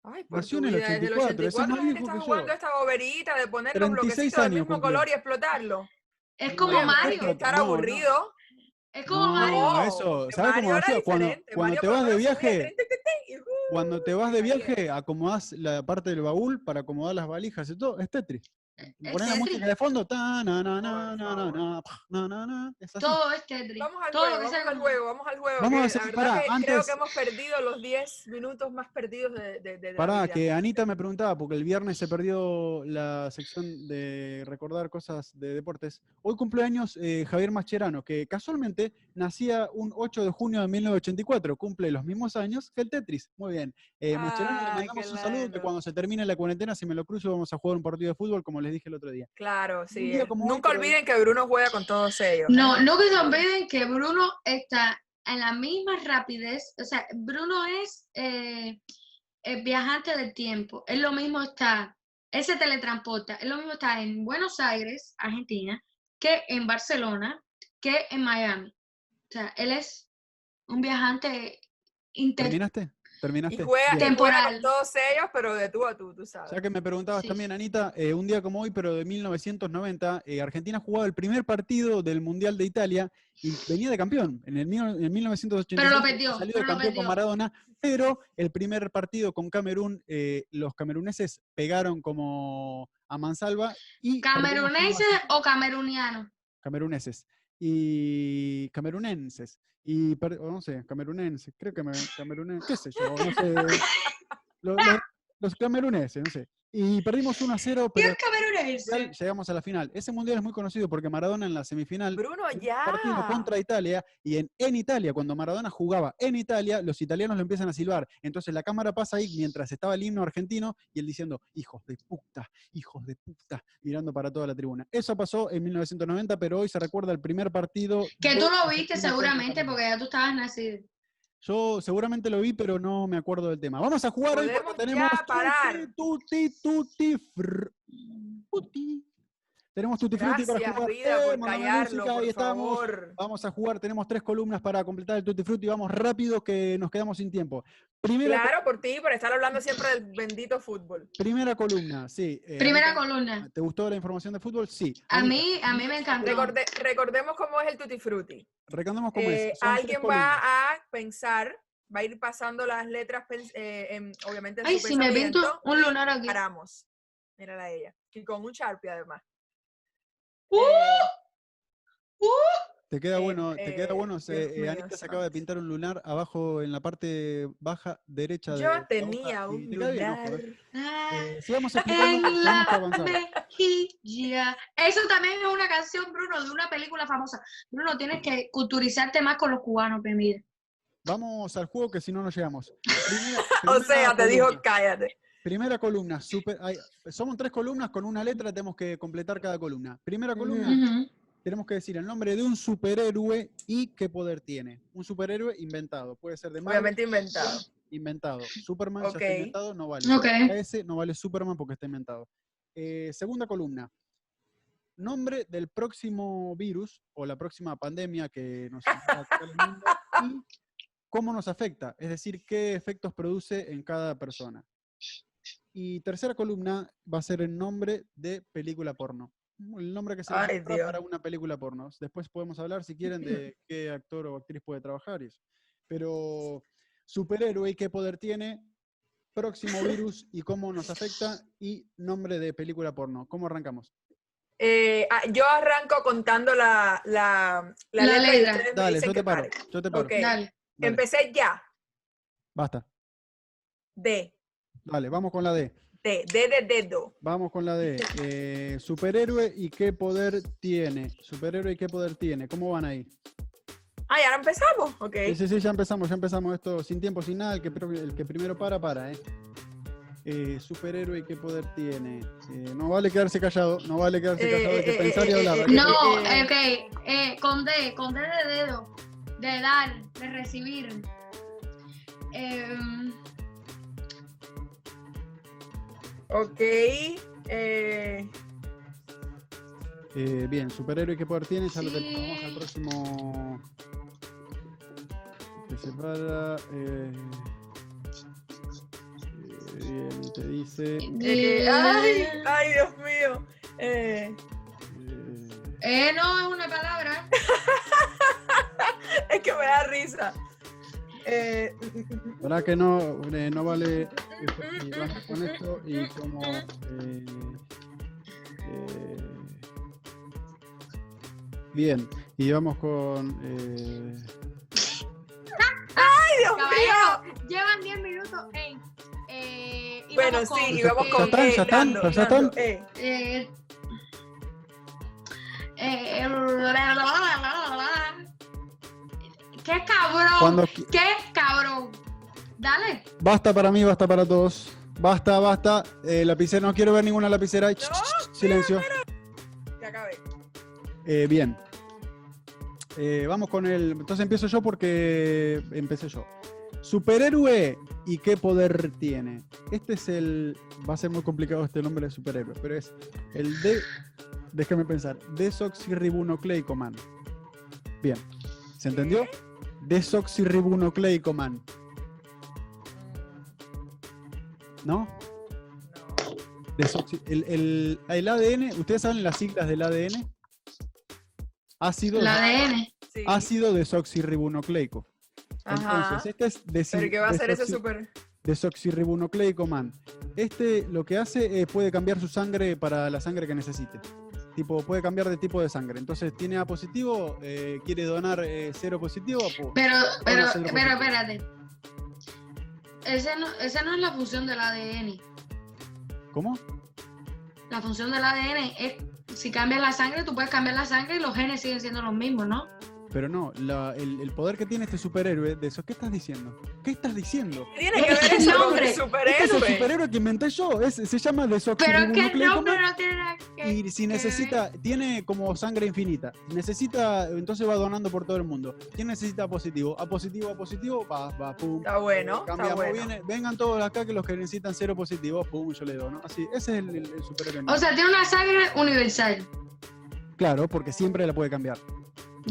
Speaker 2: Ay, por
Speaker 1: Nació
Speaker 2: tu
Speaker 1: en el
Speaker 2: vida, desde
Speaker 1: 84, ese es más
Speaker 2: la gente
Speaker 1: viejo
Speaker 2: está
Speaker 1: que yo.
Speaker 2: jugando esta boberita de poner
Speaker 1: 36
Speaker 2: los bloquecitos del
Speaker 1: años
Speaker 2: mismo
Speaker 1: cumplió.
Speaker 2: color y explotarlo.
Speaker 3: Es
Speaker 1: No,
Speaker 3: como
Speaker 2: Oye, mujer,
Speaker 1: perfecto.
Speaker 2: que
Speaker 3: Mario.
Speaker 1: No,
Speaker 2: estar
Speaker 1: no.
Speaker 2: aburrido.
Speaker 3: Es como
Speaker 1: No,
Speaker 3: Mario.
Speaker 1: eso,
Speaker 2: que
Speaker 1: ¿sabes cómo
Speaker 2: Mario era
Speaker 1: hacía? Cuando-
Speaker 2: diferente,
Speaker 1: cuando
Speaker 2: Mario
Speaker 1: te vas de
Speaker 2: Bros. subía,
Speaker 1: viaje,
Speaker 2: tin, tin, tin, tin, y, uh,
Speaker 1: Cuando te vas de
Speaker 2: Ahí es.
Speaker 1: viaje, acomodás la parte del baúl para acomodar las valijas y todo, es Tetris.
Speaker 3: Eh, es
Speaker 1: Pones la
Speaker 3: Tetris.
Speaker 1: música de fondo, ta, na, na, na,
Speaker 2: Por
Speaker 1: na, na,
Speaker 2: favor.
Speaker 1: na, pa, na, na, na, es así.
Speaker 3: Todo es Tetris.
Speaker 2: Vamos al
Speaker 3: Todo
Speaker 2: juego,
Speaker 3: lo que
Speaker 2: vamos
Speaker 3: sea
Speaker 2: al
Speaker 3: como-
Speaker 2: juego, vamos al juego.
Speaker 1: Vamos a
Speaker 2: que
Speaker 1: hacer-
Speaker 2: la verdad
Speaker 1: pará,
Speaker 2: que creo
Speaker 1: antes-
Speaker 2: que hemos perdido los 10 minutos más perdidos de, de, de la
Speaker 1: Pará,
Speaker 2: vida.
Speaker 1: que Anita me preguntaba, porque el viernes se perdió la sección de recordar cosas de deportes. Hoy cumpleaños eh, Javier Mascherano, que casualmente nacía un 8 de junio de 1984, cumple los mismos años que el Tetris. Muy bien. Eh, Mascherano,
Speaker 2: Ah,
Speaker 1: le
Speaker 2: qué
Speaker 1: mandamos un saludo, que
Speaker 2: lindo.
Speaker 1: cuando se termine la cuarentena, si me lo cruzo, vamos a jugar un partido de fútbol, como les dije el otro día.
Speaker 2: Claro, sí.
Speaker 1: día
Speaker 2: eh.
Speaker 1: como hoy,
Speaker 2: Nunca
Speaker 1: pero-
Speaker 2: olviden que Bruno juega con todos ellos.
Speaker 3: No,
Speaker 2: ¿eh?
Speaker 3: no que se olviden que Bruno está en la misma rapidez. O sea, Bruno es eh, el viajante del tiempo. Es lo mismo está, él se teletransporta. Es lo mismo está en Buenos Aires, Argentina, que en Barcelona, que en Miami. O sea, él es un viajante inter.
Speaker 1: ¿Terminaste? ¿Terminaste?
Speaker 2: Y juega, y
Speaker 1: Bien.
Speaker 2: juega con
Speaker 3: Temporal.
Speaker 2: todos ellos, pero de tú a tú, tú sabes.
Speaker 1: Ya que me preguntabas
Speaker 3: Sí,
Speaker 1: también, Anita, eh, un día como hoy, pero de 1990, eh, Argentina jugaba el primer partido del Mundial de Italia y venía de campeón. En el mil- en 1980
Speaker 3: Pero lo perdió,
Speaker 1: salió de
Speaker 3: pero lo
Speaker 1: campeón con
Speaker 3: perdió.
Speaker 1: Maradona, pero el primer partido con Camerún, eh, los cameruneses pegaron como a mansalva y perdimos uno a
Speaker 3: ¿Cameruneses
Speaker 1: cero.
Speaker 3: o camerunianos?
Speaker 1: cameruneses y camerunenses y per- o no sé, camerunenses, creo que camerunenses, qué sé yo, no sé. Lo- lo- Los, cameruneses, no sé. Y perdimos 1 a 0, pero
Speaker 3: Dios camerunense.
Speaker 1: al final llegamos a la final. Ese mundial es muy conocido porque Maradona en la semifinal
Speaker 2: Bruno,
Speaker 1: en un
Speaker 2: ya.
Speaker 1: partido contra Italia y en, en Italia, cuando Maradona jugaba en Italia, los italianos lo empiezan a silbar. Entonces la cámara pasa ahí mientras estaba el himno argentino y él diciendo, hijos de puta, hijos de puta, mirando para toda la tribuna. Eso pasó en 1990, pero hoy se recuerda el primer partido.
Speaker 3: Que
Speaker 1: de
Speaker 3: tú lo
Speaker 1: Argentina
Speaker 3: viste
Speaker 1: contra
Speaker 3: seguramente
Speaker 1: Italia.
Speaker 3: porque ya tú estabas nacido.
Speaker 1: Yo seguramente lo vi, pero no me acuerdo del tema. Vamos a jugar hoy
Speaker 2: Podemos
Speaker 1: porque
Speaker 2: ya
Speaker 1: tenemos
Speaker 2: parar.
Speaker 1: tuti, tuti, tuti, frr, tuti. Tenemos tutti frutti para
Speaker 2: Gracias,
Speaker 1: jugar.
Speaker 2: vida,
Speaker 1: Eh,
Speaker 2: por
Speaker 1: mandame
Speaker 2: callarlo,
Speaker 1: música, ahí
Speaker 2: por
Speaker 1: estamos.
Speaker 2: favor.
Speaker 1: Vamos a jugar, tenemos tres columnas para completar el tutti frutti. Vamos rápido que nos quedamos sin tiempo. Primera,
Speaker 2: Claro, por ti, por estar hablando siempre del bendito fútbol.
Speaker 1: primera columna, sí. eh,
Speaker 3: Primera
Speaker 1: Anita,
Speaker 3: columna.
Speaker 1: ¿Te gustó la información de fútbol? Sí.
Speaker 3: A
Speaker 1: Anita,
Speaker 3: mí, a mí me encantó.
Speaker 2: Recorde- recordemos cómo es el tutti frutti.
Speaker 1: Recordemos cómo es,
Speaker 2: Eh,
Speaker 1: son tres
Speaker 2: alguien
Speaker 1: columnas.
Speaker 2: va a pensar, va a ir pasando las letras, pens- eh, en- obviamente en
Speaker 3: Ay,
Speaker 2: su
Speaker 3: si me pinto
Speaker 2: pensamiento,
Speaker 3: un lunar aquí.
Speaker 2: paramos. Mírala a ella. Y con un charpie además.
Speaker 3: ¡Uh!
Speaker 2: Eh,
Speaker 3: ¡Uh!
Speaker 1: Te Te queda
Speaker 2: Eh,
Speaker 1: bueno, te queda
Speaker 2: eh,
Speaker 1: bueno. se-
Speaker 2: Dios
Speaker 1: eh,
Speaker 2: mío,
Speaker 1: Anita se acaba de
Speaker 2: santo.
Speaker 1: pintar un lunar abajo en la parte baja derecha de. la
Speaker 2: Yo
Speaker 1: hoja
Speaker 2: tenía
Speaker 1: y
Speaker 2: un
Speaker 1: te cae bien, ojo,
Speaker 2: lunar.
Speaker 1: ¿eh?
Speaker 3: Ah,
Speaker 1: Eh, sigamos explicando,
Speaker 3: En
Speaker 1: sigamos
Speaker 3: la
Speaker 1: avanzando.
Speaker 3: mejilla. Eso también es una canción, Bruno, de una película famosa. Bruno, tienes que culturizarte más con los cubanos, pe, mira.
Speaker 1: Vamos al juego que si no, no llegamos. Primera-
Speaker 2: O
Speaker 1: primera
Speaker 2: sea, te dijo
Speaker 1: columna.
Speaker 2: cállate.
Speaker 1: Primera columna, super, ay, somos tres columnas, con una letra tenemos que completar cada columna. Primera columna,
Speaker 3: Ujú.
Speaker 1: tenemos que decir el nombre de un superhéroe y qué poder tiene. Un superhéroe inventado, puede ser de Marvel,
Speaker 2: Obviamente inventado.
Speaker 1: inventado. Superman ya
Speaker 2: Ok.
Speaker 1: está inventado, no vale.
Speaker 3: Ok.
Speaker 1: Ese no vale Superman porque está inventado. Eh, segunda columna, nombre del próximo virus o la próxima pandemia que nos va a tocar el mundo y cómo nos afecta, es decir, qué efectos produce en cada persona. Y tercera columna va a ser el nombre de película porno. El nombre que se le
Speaker 2: Ay,
Speaker 1: ocurra
Speaker 2: Dios.
Speaker 1: para una película porno. Después podemos hablar, si quieren, de qué actor o actriz puede trabajar y eso. Pero superhéroe y qué poder tiene, próximo virus y cómo nos afecta y nombre de película porno. ¿Cómo arrancamos?
Speaker 2: Eh, ah, yo arranco contando la, la,
Speaker 3: La
Speaker 2: letra y
Speaker 3: letra.
Speaker 2: ustedes me
Speaker 1: Dale,
Speaker 2: dicen
Speaker 1: yo
Speaker 2: que
Speaker 1: te paro.
Speaker 2: pare.
Speaker 1: Yo te paro.
Speaker 2: Ok.
Speaker 3: Dale.
Speaker 1: Dale,
Speaker 2: Empecé ya.
Speaker 1: Basta.
Speaker 2: D,
Speaker 1: Dale, vamos con la D.
Speaker 2: D, D de dedo.
Speaker 1: Vamos con la D. Eh, superhéroe y qué poder tiene. Superhéroe y qué poder tiene. ¿Cómo van ahí?
Speaker 2: Ah, ¿y ahora empezamos. Ok.
Speaker 1: Sí, sí, sí, ya empezamos, ya empezamos esto sin tiempo, sin nada. El que, pro- el que primero para, para, ¿eh? Eh, superhéroe, ¿qué poder tiene? Eh, no vale quedarse callado, no vale quedarse
Speaker 2: Eh,
Speaker 1: callado, hay que
Speaker 2: eh,
Speaker 1: pensar y
Speaker 2: eh,
Speaker 1: hablar.
Speaker 2: eh,
Speaker 1: hay que
Speaker 3: No,
Speaker 1: pensar.
Speaker 2: Eh,
Speaker 3: ok. eh, con D, con D de dedo. De dar, de recibir. Em,
Speaker 2: Ok. eh,
Speaker 1: Eh, bien, superhéroe, ¿qué poder tiene? Ya lo tenemos. Vamos
Speaker 3: Sí.
Speaker 1: al próximo. Que se para. eh, eh, bien, y te dice.
Speaker 2: eh, ay, ay, Dios mío. Eh,
Speaker 1: eh,
Speaker 3: Eh, no, es una palabra.
Speaker 2: es que me da risa. Eh,
Speaker 1: ¿Verdad que no, eh, no vale? eh, porque vamos con esto y como. eh, eh, bien, y vamos con. eh,
Speaker 2: ay, Dios
Speaker 3: Caballero.
Speaker 2: mío.
Speaker 3: Llevan 10 minutos en. Eh, y
Speaker 2: Bueno,
Speaker 3: vamos con-
Speaker 2: sí, y vamos con
Speaker 1: Ya están,
Speaker 2: eh,
Speaker 1: ya están,
Speaker 2: Nando,
Speaker 1: ya
Speaker 2: Nando,
Speaker 1: están.
Speaker 2: eh.
Speaker 3: Eh, eh, la, la, la, la, la, la. ¡Qué cabrón!
Speaker 1: cuando, qui-
Speaker 3: ¡Qué cabrón! Dale.
Speaker 1: basta para mí, basta para todos. Basta, basta. eh, lapicera, no quiero ver ninguna lapicera. Ch, ch, ch, silencio.
Speaker 2: Ya acabé.
Speaker 1: Eh, bien. Eh, vamos con el. Entonces empiezo yo porque empecé yo. Superhéroe y qué poder tiene. Este es el. Va a ser muy complicado este nombre de superhéroe, pero es el de. Déjame pensar. Desoxirribonucleicoman. Bien. ¿Se entendió? Desoxirribonucleicoman. ¿No?
Speaker 2: No.
Speaker 1: Desoxi- el, el- el ADN. ¿Ustedes saben las siglas del ADN? Ácido.
Speaker 3: La ADN.
Speaker 2: Sí.
Speaker 1: ácido desoxirribonucleico.
Speaker 2: Ajá.
Speaker 1: Ah, Entonces, este es desi-
Speaker 2: Pero ¿qué va a hacer ese
Speaker 1: desoxi-
Speaker 2: super?
Speaker 1: desoxirribonucleico man. Este lo que hace eh, puede cambiar su sangre para la sangre que necesite. Tipo, puede cambiar de tipo de sangre. Entonces, tiene A positivo, eh, quiere donar eh, cero positivo, pu-
Speaker 3: Pero, pero,
Speaker 1: Vamos a hacerlo
Speaker 3: pero,
Speaker 1: por
Speaker 3: espérate. Ese no, esa no es la función del ADN.
Speaker 1: ¿Cómo?
Speaker 3: La función del ADN es. Si cambias la sangre, tú puedes cambiar la sangre y los genes siguen siendo los mismos, ¿no?
Speaker 1: Pero no, la- el, el poder que tiene este superhéroe, de eso, ¿qué estás diciendo? ¿Qué estás diciendo?
Speaker 2: Tiene que
Speaker 3: Es
Speaker 2: ver
Speaker 3: el
Speaker 2: eso con
Speaker 3: nombre.
Speaker 2: el
Speaker 1: Este
Speaker 3: Es que
Speaker 1: es el
Speaker 2: superhéroe.
Speaker 1: superhéroe que inventé yo, es- se llama
Speaker 3: Pero es que el
Speaker 1: desoxirribonucleico
Speaker 3: nombre
Speaker 1: man.
Speaker 3: no tiene nada que
Speaker 1: Y si
Speaker 3: que
Speaker 1: necesita, tiene como sangre infinita. Necesita, entonces va donando por todo el mundo. ¿Quién necesita positivo? A positivo, a positivo, va, va, pum.
Speaker 2: Está bueno, está
Speaker 1: Cambiamos,
Speaker 2: bueno.
Speaker 1: viene- vengan todos acá que los que necesitan cero positivos, pum, yo le doy, ¿no? Así, ese es el, el- el superhéroe.
Speaker 3: O sea, tiene una sangre universal.
Speaker 1: claro, porque siempre la puede cambiar.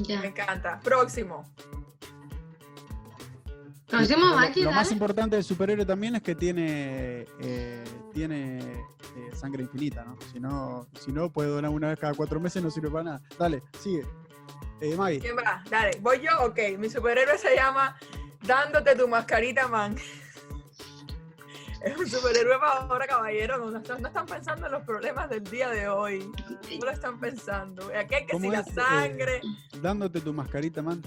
Speaker 3: Ya.
Speaker 2: Me encanta. Próximo.
Speaker 3: Lo hicimos
Speaker 1: Lo-
Speaker 3: Maki,
Speaker 1: lo más
Speaker 3: dale.
Speaker 1: importante del superhéroe también es que tiene, eh, tiene eh, sangre infinita, ¿no? Si no, si no puede donar una vez cada cuatro meses, no sirve para nada. Dale, sigue. Eh, Maggie.
Speaker 2: ¿Quién va? Dale. ¿Voy yo? Ok. Mi superhéroe se llama Dándote tu mascarita, man. Es un superhéroe para ahora, caballero. No, están- no están pensando en los problemas del día de hoy. No lo están pensando. Aquí hay que
Speaker 1: ¿Cómo
Speaker 2: si la
Speaker 1: es? Eh,
Speaker 2: sangre,
Speaker 1: Dándote tu mascarita, man.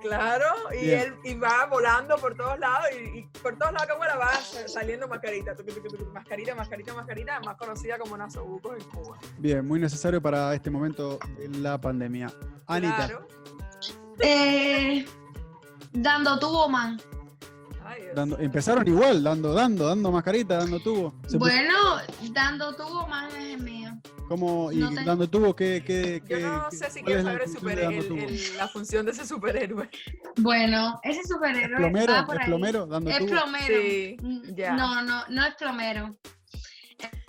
Speaker 2: claro. Y
Speaker 1: bien.
Speaker 2: él y va volando por todos lados. Y, y por todos lados, como la va saliendo mascarita. tucu, tucu, tucu, Mascarita, mascarita, mascarita. Más conocida como Naso Bucos en Cuba.
Speaker 1: Bien, muy necesario para este momento de la pandemia. Anita,
Speaker 2: Claro.
Speaker 3: Eh, dando tubo, man.
Speaker 2: Ay, Dios.
Speaker 1: dando- empezaron igual, dando, dando, dando mascarita, dando tubo. Se puso-
Speaker 3: Bueno, dando tubo, man es el mío.
Speaker 1: ¿Cómo? ¿Y
Speaker 3: no tengo-
Speaker 1: dando tubo qué? qué,
Speaker 2: Yo
Speaker 1: qué-
Speaker 2: no
Speaker 1: qué-
Speaker 2: sé si
Speaker 1: cuál
Speaker 2: quiero
Speaker 1: es la
Speaker 2: saber el
Speaker 1: función de
Speaker 2: super-
Speaker 1: dando
Speaker 2: el-
Speaker 1: tubo?
Speaker 2: el- la función de ese superhéroe.
Speaker 3: Bueno, ese superhéroe
Speaker 1: ¿Plomero?
Speaker 3: va por
Speaker 1: ¿Es
Speaker 3: ahí.
Speaker 1: plomero? ¿Dando
Speaker 3: Es
Speaker 1: tubo?
Speaker 3: plomero.
Speaker 2: Sí,
Speaker 3: Mm,
Speaker 2: ya.
Speaker 3: No, no, no es plomero.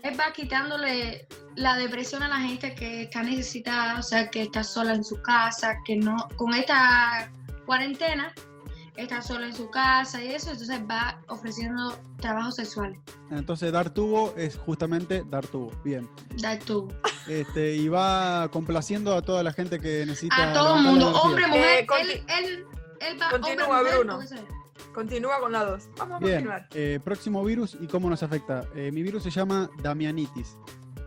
Speaker 3: Él va quitándole la depresión a la gente que está necesitada, o sea, que está sola en su casa, que no, con esta cuarentena, está sola en su casa y eso, entonces va ofreciendo trabajos sexuales.
Speaker 1: Entonces, dar tubo es justamente dar tubo. Bien.
Speaker 3: Da tú.
Speaker 1: Este, y va complaciendo a toda la gente que necesita.
Speaker 3: A todo el
Speaker 1: levantar
Speaker 3: mundo,
Speaker 1: la energía.
Speaker 3: hombre, mujer,
Speaker 2: Eh, conti-
Speaker 3: él, él, él va
Speaker 2: Continúa,
Speaker 3: hombre, mujer,
Speaker 2: Bruno.
Speaker 3: lo que sea.
Speaker 2: Continúa con la 2. Vamos a
Speaker 1: Bien,
Speaker 2: continuar.
Speaker 1: eh, próximo virus y cómo nos afecta. Eh, mi virus se llama Damianitis.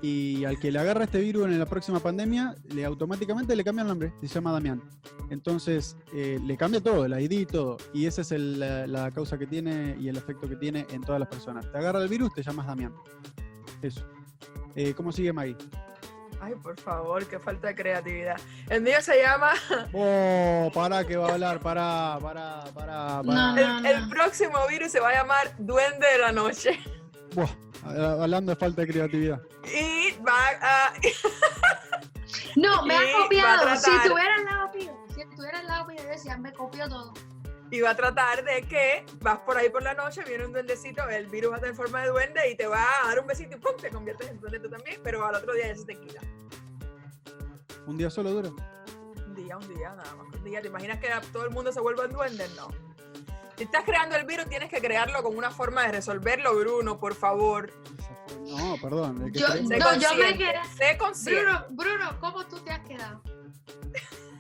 Speaker 1: Y al que le agarra este virus en la próxima pandemia, le automáticamente le cambia el nombre, se llama Damián. Entonces, eh, le cambia todo, el ID y todo. Y esa es el, la, la causa que tiene y el efecto que tiene en todas las personas. Te agarra el virus, te llamas Damián. Eso. Eh, ¿Cómo sigue Maggie?
Speaker 2: Ay, por favor, qué falta de creatividad. El mío se llama.
Speaker 3: Ah.
Speaker 1: Oh, pará que va a hablar, pará, pará, pará, pará.
Speaker 3: No,
Speaker 2: El, el próximo virus se va a llamar Duende de la Noche.
Speaker 1: Buah, a- hablando de falta de creatividad.
Speaker 2: Y va a.
Speaker 3: No, me
Speaker 2: Y
Speaker 3: ha
Speaker 2: va a
Speaker 3: copiado. Si
Speaker 2: tratar-
Speaker 3: estuviera al lado mío, si estuviera al lado mío, yo decía, me copió todo.
Speaker 2: Y va a tratar de que vas por ahí por la noche, viene un duendecito, el virus va a tener forma de duende y te va a dar un besito y pum, te conviertes en duende tú también, pero al otro día ya se te quita.
Speaker 1: Un día solo dura.
Speaker 2: Un día, un día, nada más. Un día, ¿te imaginas que todo el mundo se vuelva un duende? No. Si estás creando el virus, tienes que crearlo con una forma de resolverlo, Bruno, por favor.
Speaker 1: No, perdón. el que
Speaker 3: Yo-
Speaker 1: cree-
Speaker 2: Sé
Speaker 3: No, yo me
Speaker 2: consciente,
Speaker 3: quedé-
Speaker 2: Sé consciente.
Speaker 3: Bruno, Bruno, ¿cómo tú te has quedado?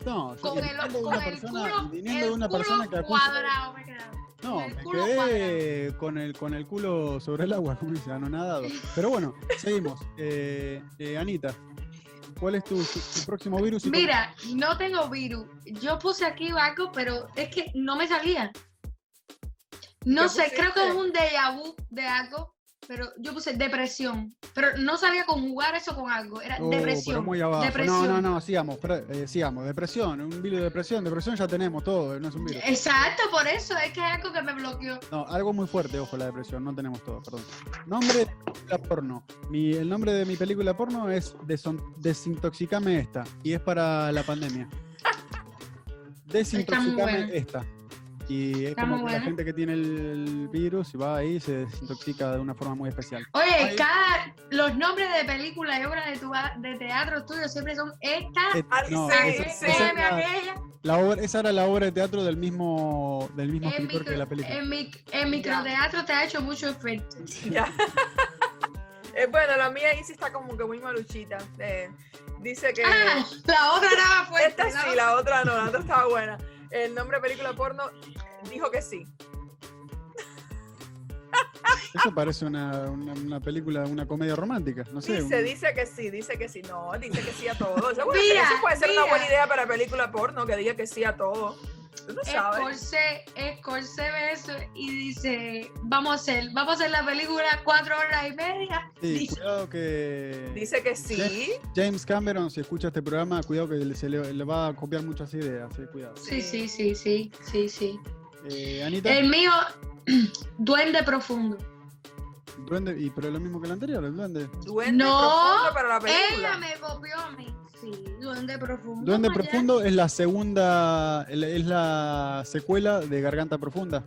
Speaker 1: No, yo
Speaker 3: Con el,
Speaker 1: viniendo de
Speaker 3: con
Speaker 1: una
Speaker 3: el
Speaker 1: persona-
Speaker 3: culo,
Speaker 1: viniendo de
Speaker 3: el
Speaker 1: una
Speaker 3: culo
Speaker 1: persona que acusa-
Speaker 3: cuadrado me he quedado.
Speaker 1: No,
Speaker 3: con el
Speaker 1: me
Speaker 3: culo
Speaker 1: quedé con el, con el culo sobre el agua, como dice, anonadado. Pero bueno, seguimos. Eh, eh, Anita, ¿cuál es tu, tu- tu próximo virus? y cómo-
Speaker 3: Mira, no tengo virus. Yo puse aquí algo, pero es que no me salía. No
Speaker 2: ¿Qué
Speaker 3: sé, creo que
Speaker 2: pusiste?
Speaker 3: es un déjà vu de algo, pero yo puse depresión. Pero no sabía conjugar eso con algo. Era
Speaker 1: Oh, pero
Speaker 3: depresión.
Speaker 1: muy abajo.
Speaker 3: Depresión.
Speaker 1: No, no, no, sigamos, pre- eh, sigamos. Depresión, un virus de depresión. Depresión ya tenemos todo, eh, no es un virus.
Speaker 3: Exacto, por eso es que es algo que me bloqueó.
Speaker 1: No, algo muy fuerte, ojo, la depresión, no tenemos todo, perdón. Nombre de película porno. Mi, el nombre de mi película porno es Deson- Desintoxicame esta, y es para la pandemia.
Speaker 3: Está muy bueno.
Speaker 1: Desintoxicame esta. Y es
Speaker 3: Está
Speaker 1: como
Speaker 3: muy
Speaker 1: que la
Speaker 3: bueno.
Speaker 1: gente que tiene el virus y va ahí y se desintoxica de una forma muy especial.
Speaker 3: Oye,
Speaker 1: Ay.
Speaker 3: cada, los nombres de películas y obras de, tu, de teatro tuyo siempre son esta,
Speaker 1: Eh,
Speaker 2: Ay, sí,
Speaker 1: esa,
Speaker 3: aquella,
Speaker 1: esa
Speaker 2: sí. Ese-
Speaker 1: era,
Speaker 3: aquella.
Speaker 1: la obra- esa era la obra de teatro del mismo, del mismo
Speaker 3: El,
Speaker 1: escritor que la
Speaker 3: micro,
Speaker 1: película.
Speaker 3: el mic- el microteatro te ha hecho mucho efecto.
Speaker 2: Ya. Eh, bueno, la mía ahí sí está como que muy maluchita. Eh, dice que.
Speaker 3: Ah, la otra era más fuerte.
Speaker 2: esta sí, la otra no, la otra estaba buena. El nombre de película porno dijo que sí.
Speaker 1: Eso parece una, una- una película, una comedia romántica, no sé.
Speaker 2: Dice,
Speaker 1: un-
Speaker 2: dice que sí, dice que sí. No, dice que sí a todo. Eso, puede
Speaker 3: Mira,
Speaker 2: ser- eso puede ser una
Speaker 3: mira.
Speaker 2: buena idea para película porno, que diga que sí a todo. Tú no sabes.
Speaker 3: Scorsese, Scorsese ve eso y dice, vamos a hacer, vamos a hacer la película cuatro horas y media.
Speaker 1: Sí,
Speaker 3: Dice-
Speaker 1: cuidado que.
Speaker 2: Dice que sí.
Speaker 1: James Cameron, si escucha este programa, cuidado que se le, le va a copiar muchas ideas, eh, cuidado.
Speaker 3: Sí, sí, sí, sí, sí, sí.
Speaker 1: Eh, Anita,
Speaker 3: El mío, duende profundo.
Speaker 1: duende, y, pero es lo mismo que el anterior, el duende.
Speaker 2: Duende
Speaker 3: No,
Speaker 2: profundo para la película.
Speaker 3: Ella me copió a mí. Sí, duende profundo.
Speaker 1: Duende
Speaker 3: Mariana.
Speaker 1: Profundo es la segunda, el- es la secuela de Garganta Profunda.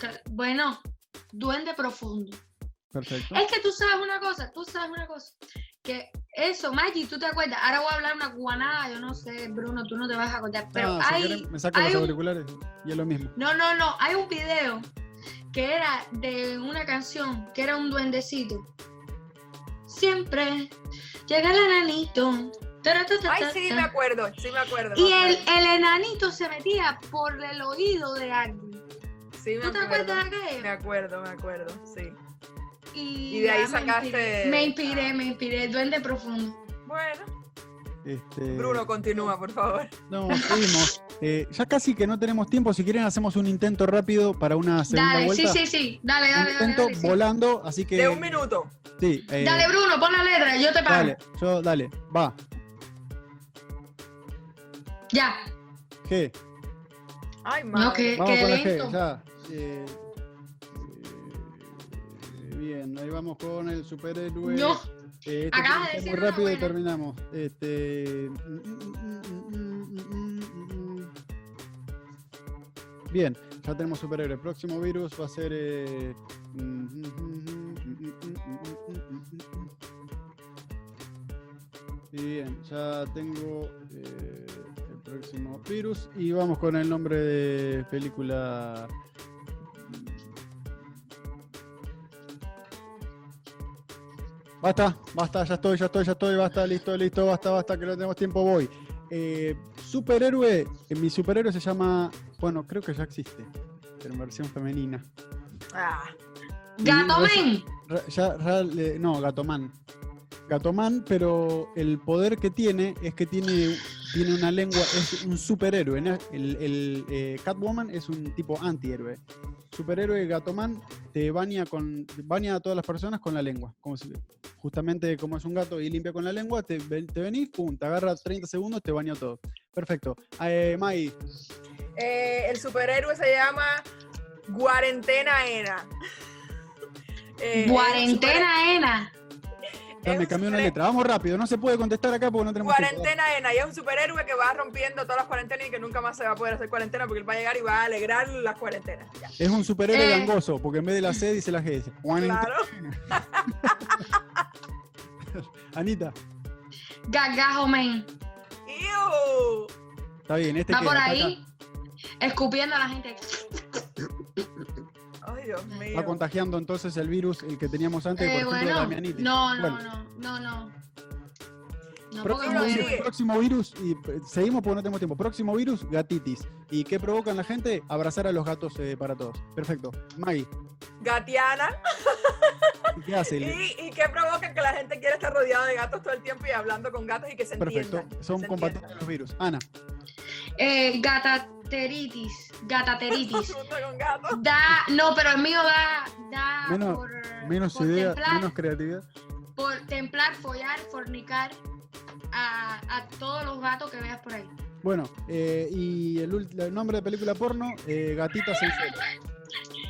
Speaker 3: Ca- Bueno, duende profundo.
Speaker 1: Perfecto.
Speaker 3: Es que tú sabes una cosa, tú sabes una cosa. Que eso, Maggie, tú te acuerdas. Ahora voy a hablar una guanada, yo no sé, Bruno, tú no te vas a acordar. Pero
Speaker 1: Ah, si
Speaker 3: hay.
Speaker 1: quieren, me saco
Speaker 3: hay
Speaker 1: los
Speaker 3: un-
Speaker 1: auriculares y es lo mismo.
Speaker 3: No, no, no. Hay un video que era de una canción, que era un duendecito. Siempre llega el enanito. ta, ta, ta,
Speaker 2: Ay,
Speaker 3: ta,
Speaker 2: sí,
Speaker 3: ta.
Speaker 2: me acuerdo, sí me acuerdo.
Speaker 3: Y
Speaker 2: me
Speaker 3: el,
Speaker 2: acuerdo.
Speaker 3: el enanito se metía por el oído de alguien.
Speaker 2: Sí, me
Speaker 3: ¿Tú te
Speaker 2: acuerdo.
Speaker 3: acuerdas de
Speaker 2: Me
Speaker 3: aquello?
Speaker 2: acuerdo, me acuerdo, sí.
Speaker 3: y,
Speaker 2: Y de ahí
Speaker 3: ya me
Speaker 2: sacaste-
Speaker 3: inspiré. Me inspiré, me inspiré, duende profundo.
Speaker 2: Bueno,
Speaker 1: Este,
Speaker 2: Bruno, continúa, por favor.
Speaker 1: No, seguimos. Eh, ya casi que no tenemos tiempo. Si quieren, hacemos un intento rápido para una segunda
Speaker 3: Dale,
Speaker 1: vuelta.
Speaker 3: sí, sí, sí, dale,
Speaker 1: Un
Speaker 3: dale, dale.
Speaker 1: intento
Speaker 3: Dale, sí.
Speaker 1: volando, así que.
Speaker 2: De un minuto.
Speaker 1: Sí, eh,
Speaker 3: Dale, Bruno, pon la letra, yo te paro.
Speaker 1: dale, yo, dale, va.
Speaker 3: Ya,
Speaker 1: G,
Speaker 2: Ay,
Speaker 3: no,
Speaker 2: madre.
Speaker 3: que,
Speaker 1: vamos
Speaker 3: que
Speaker 1: con la
Speaker 3: lento.
Speaker 1: G, ya. Eh, eh, bien, ahí vamos con el
Speaker 2: Pues,
Speaker 1: superhéroe.
Speaker 3: No,
Speaker 1: Eh, este
Speaker 3: Acabas
Speaker 1: está
Speaker 3: de decir
Speaker 1: muy
Speaker 3: una
Speaker 1: rápido y
Speaker 3: buena.
Speaker 1: terminamos. Este... mm, mm, mm, mm, mm, mm. Bien, ya tenemos superhéroe. El próximo virus va a ser. eh, mm, mm, mm, mm, mm, mm, mm. Bien, ya tengo eh, el próximo virus y vamos con el nombre de película. Basta, basta, ya estoy, ya estoy, ya estoy, basta, listo, listo, basta, basta, que no tenemos tiempo, voy. Eh, superhéroe, eh, mi superhéroe se llama, bueno, creo que ya existe, pero en versión femenina.
Speaker 2: Ah,
Speaker 1: Pues,
Speaker 3: Gatomen.
Speaker 1: Ra- ya- ya le- no, Gatoman. Gatoman, pero el poder que tiene es que tiene, tiene una lengua, es un superhéroe. ¿no? El, el, eh, Catwoman es un tipo antihéroe. Superhéroe Gatoman te baña, con, baña a todas las personas con la lengua. Como si- justamente como es un gato y limpia con la lengua, te, ven- te venís, pum, te agarra 30 segundos, te baña todo. Perfecto. Eh, Mai,
Speaker 2: eh, el superhéroe se llama Cuarentena Era. Eh, es un
Speaker 3: Cuarentena,
Speaker 2: superhé-
Speaker 3: Ena.
Speaker 1: ya
Speaker 2: es
Speaker 1: me
Speaker 2: un
Speaker 1: cambió una
Speaker 2: superhé-
Speaker 1: letra. Vamos rápido, no se puede contestar acá porque no tenemos tiempo.
Speaker 2: Cuarentena Ena, y es un superhéroe que va rompiendo todas las cuarentenas y que nunca más se va a poder hacer cuarentena porque él va a llegar y va a alegrar las cuarentenas. Ya,
Speaker 1: Es un superhéroe
Speaker 3: Eh.
Speaker 1: gangoso, porque en vez de la C dice la G. dice,
Speaker 2: claro.
Speaker 1: Anita,
Speaker 3: Gargajomen.
Speaker 2: ¡Iu!
Speaker 1: está bien, este
Speaker 3: Va
Speaker 1: que
Speaker 3: por
Speaker 1: acá
Speaker 3: ahí escupiendo a la gente.
Speaker 2: Ay, Dios
Speaker 1: está- va
Speaker 2: mío.
Speaker 1: contagiando entonces el virus, el que teníamos antes, por
Speaker 3: Eh,
Speaker 1: ejemplo,
Speaker 3: bueno,
Speaker 1: la mianitis.
Speaker 3: no, no,
Speaker 1: Bueno.
Speaker 3: no, no, no. No, porque
Speaker 1: Próximo
Speaker 2: no
Speaker 1: virus,
Speaker 2: sigue.
Speaker 1: próximo virus, y eh, seguimos porque no tenemos tiempo. Próximo virus, gatitis. ¿Y qué provocan la gente? Abrazar a los gatos eh, para todos. Perfecto. Maggie,
Speaker 2: Gatiana.
Speaker 1: ¿y ¿qué hace? el-
Speaker 2: Y, y que provoca que la gente quiera estar rodeada de gatos todo el tiempo y hablando con gatos y que se
Speaker 1: Perfecto.
Speaker 2: entiendan.
Speaker 1: Son
Speaker 2: se
Speaker 1: compatibles los virus. Ana,
Speaker 3: Eh, gatateritis. Gatateritis.
Speaker 2: entiendan. Junto con gatos.
Speaker 3: Da, no, pero el mío da, da
Speaker 1: Menos-
Speaker 3: por,
Speaker 1: menos
Speaker 3: por
Speaker 1: idea,
Speaker 3: templar,
Speaker 1: menos creatividad.
Speaker 3: por templar, follar, fornicar a, a todos los gatos que veas por ahí.
Speaker 1: Bueno, eh, y el, ulti- el nombre de película porno, eh, Gatitas en celo.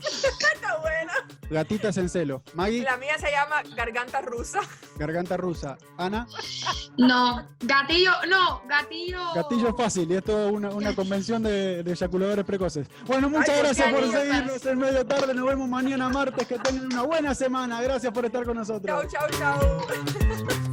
Speaker 2: Está buena.
Speaker 1: Gatitas en celo. Maggie,
Speaker 2: La mía se llama Garganta Rusa.
Speaker 1: garganta rusa. Ana.
Speaker 3: No, gatillo, no, gatillo.
Speaker 1: Gatillo fácil, y esto es una, una convención de, de eyaculadores precoces. Bueno, muchas
Speaker 2: Ay,
Speaker 1: gracias por
Speaker 3: gatillo
Speaker 1: seguirnos en medio tarde. Nos vemos mañana martes. Que tengan una buena semana. Gracias por estar con nosotros.
Speaker 2: Chau, chau, chau.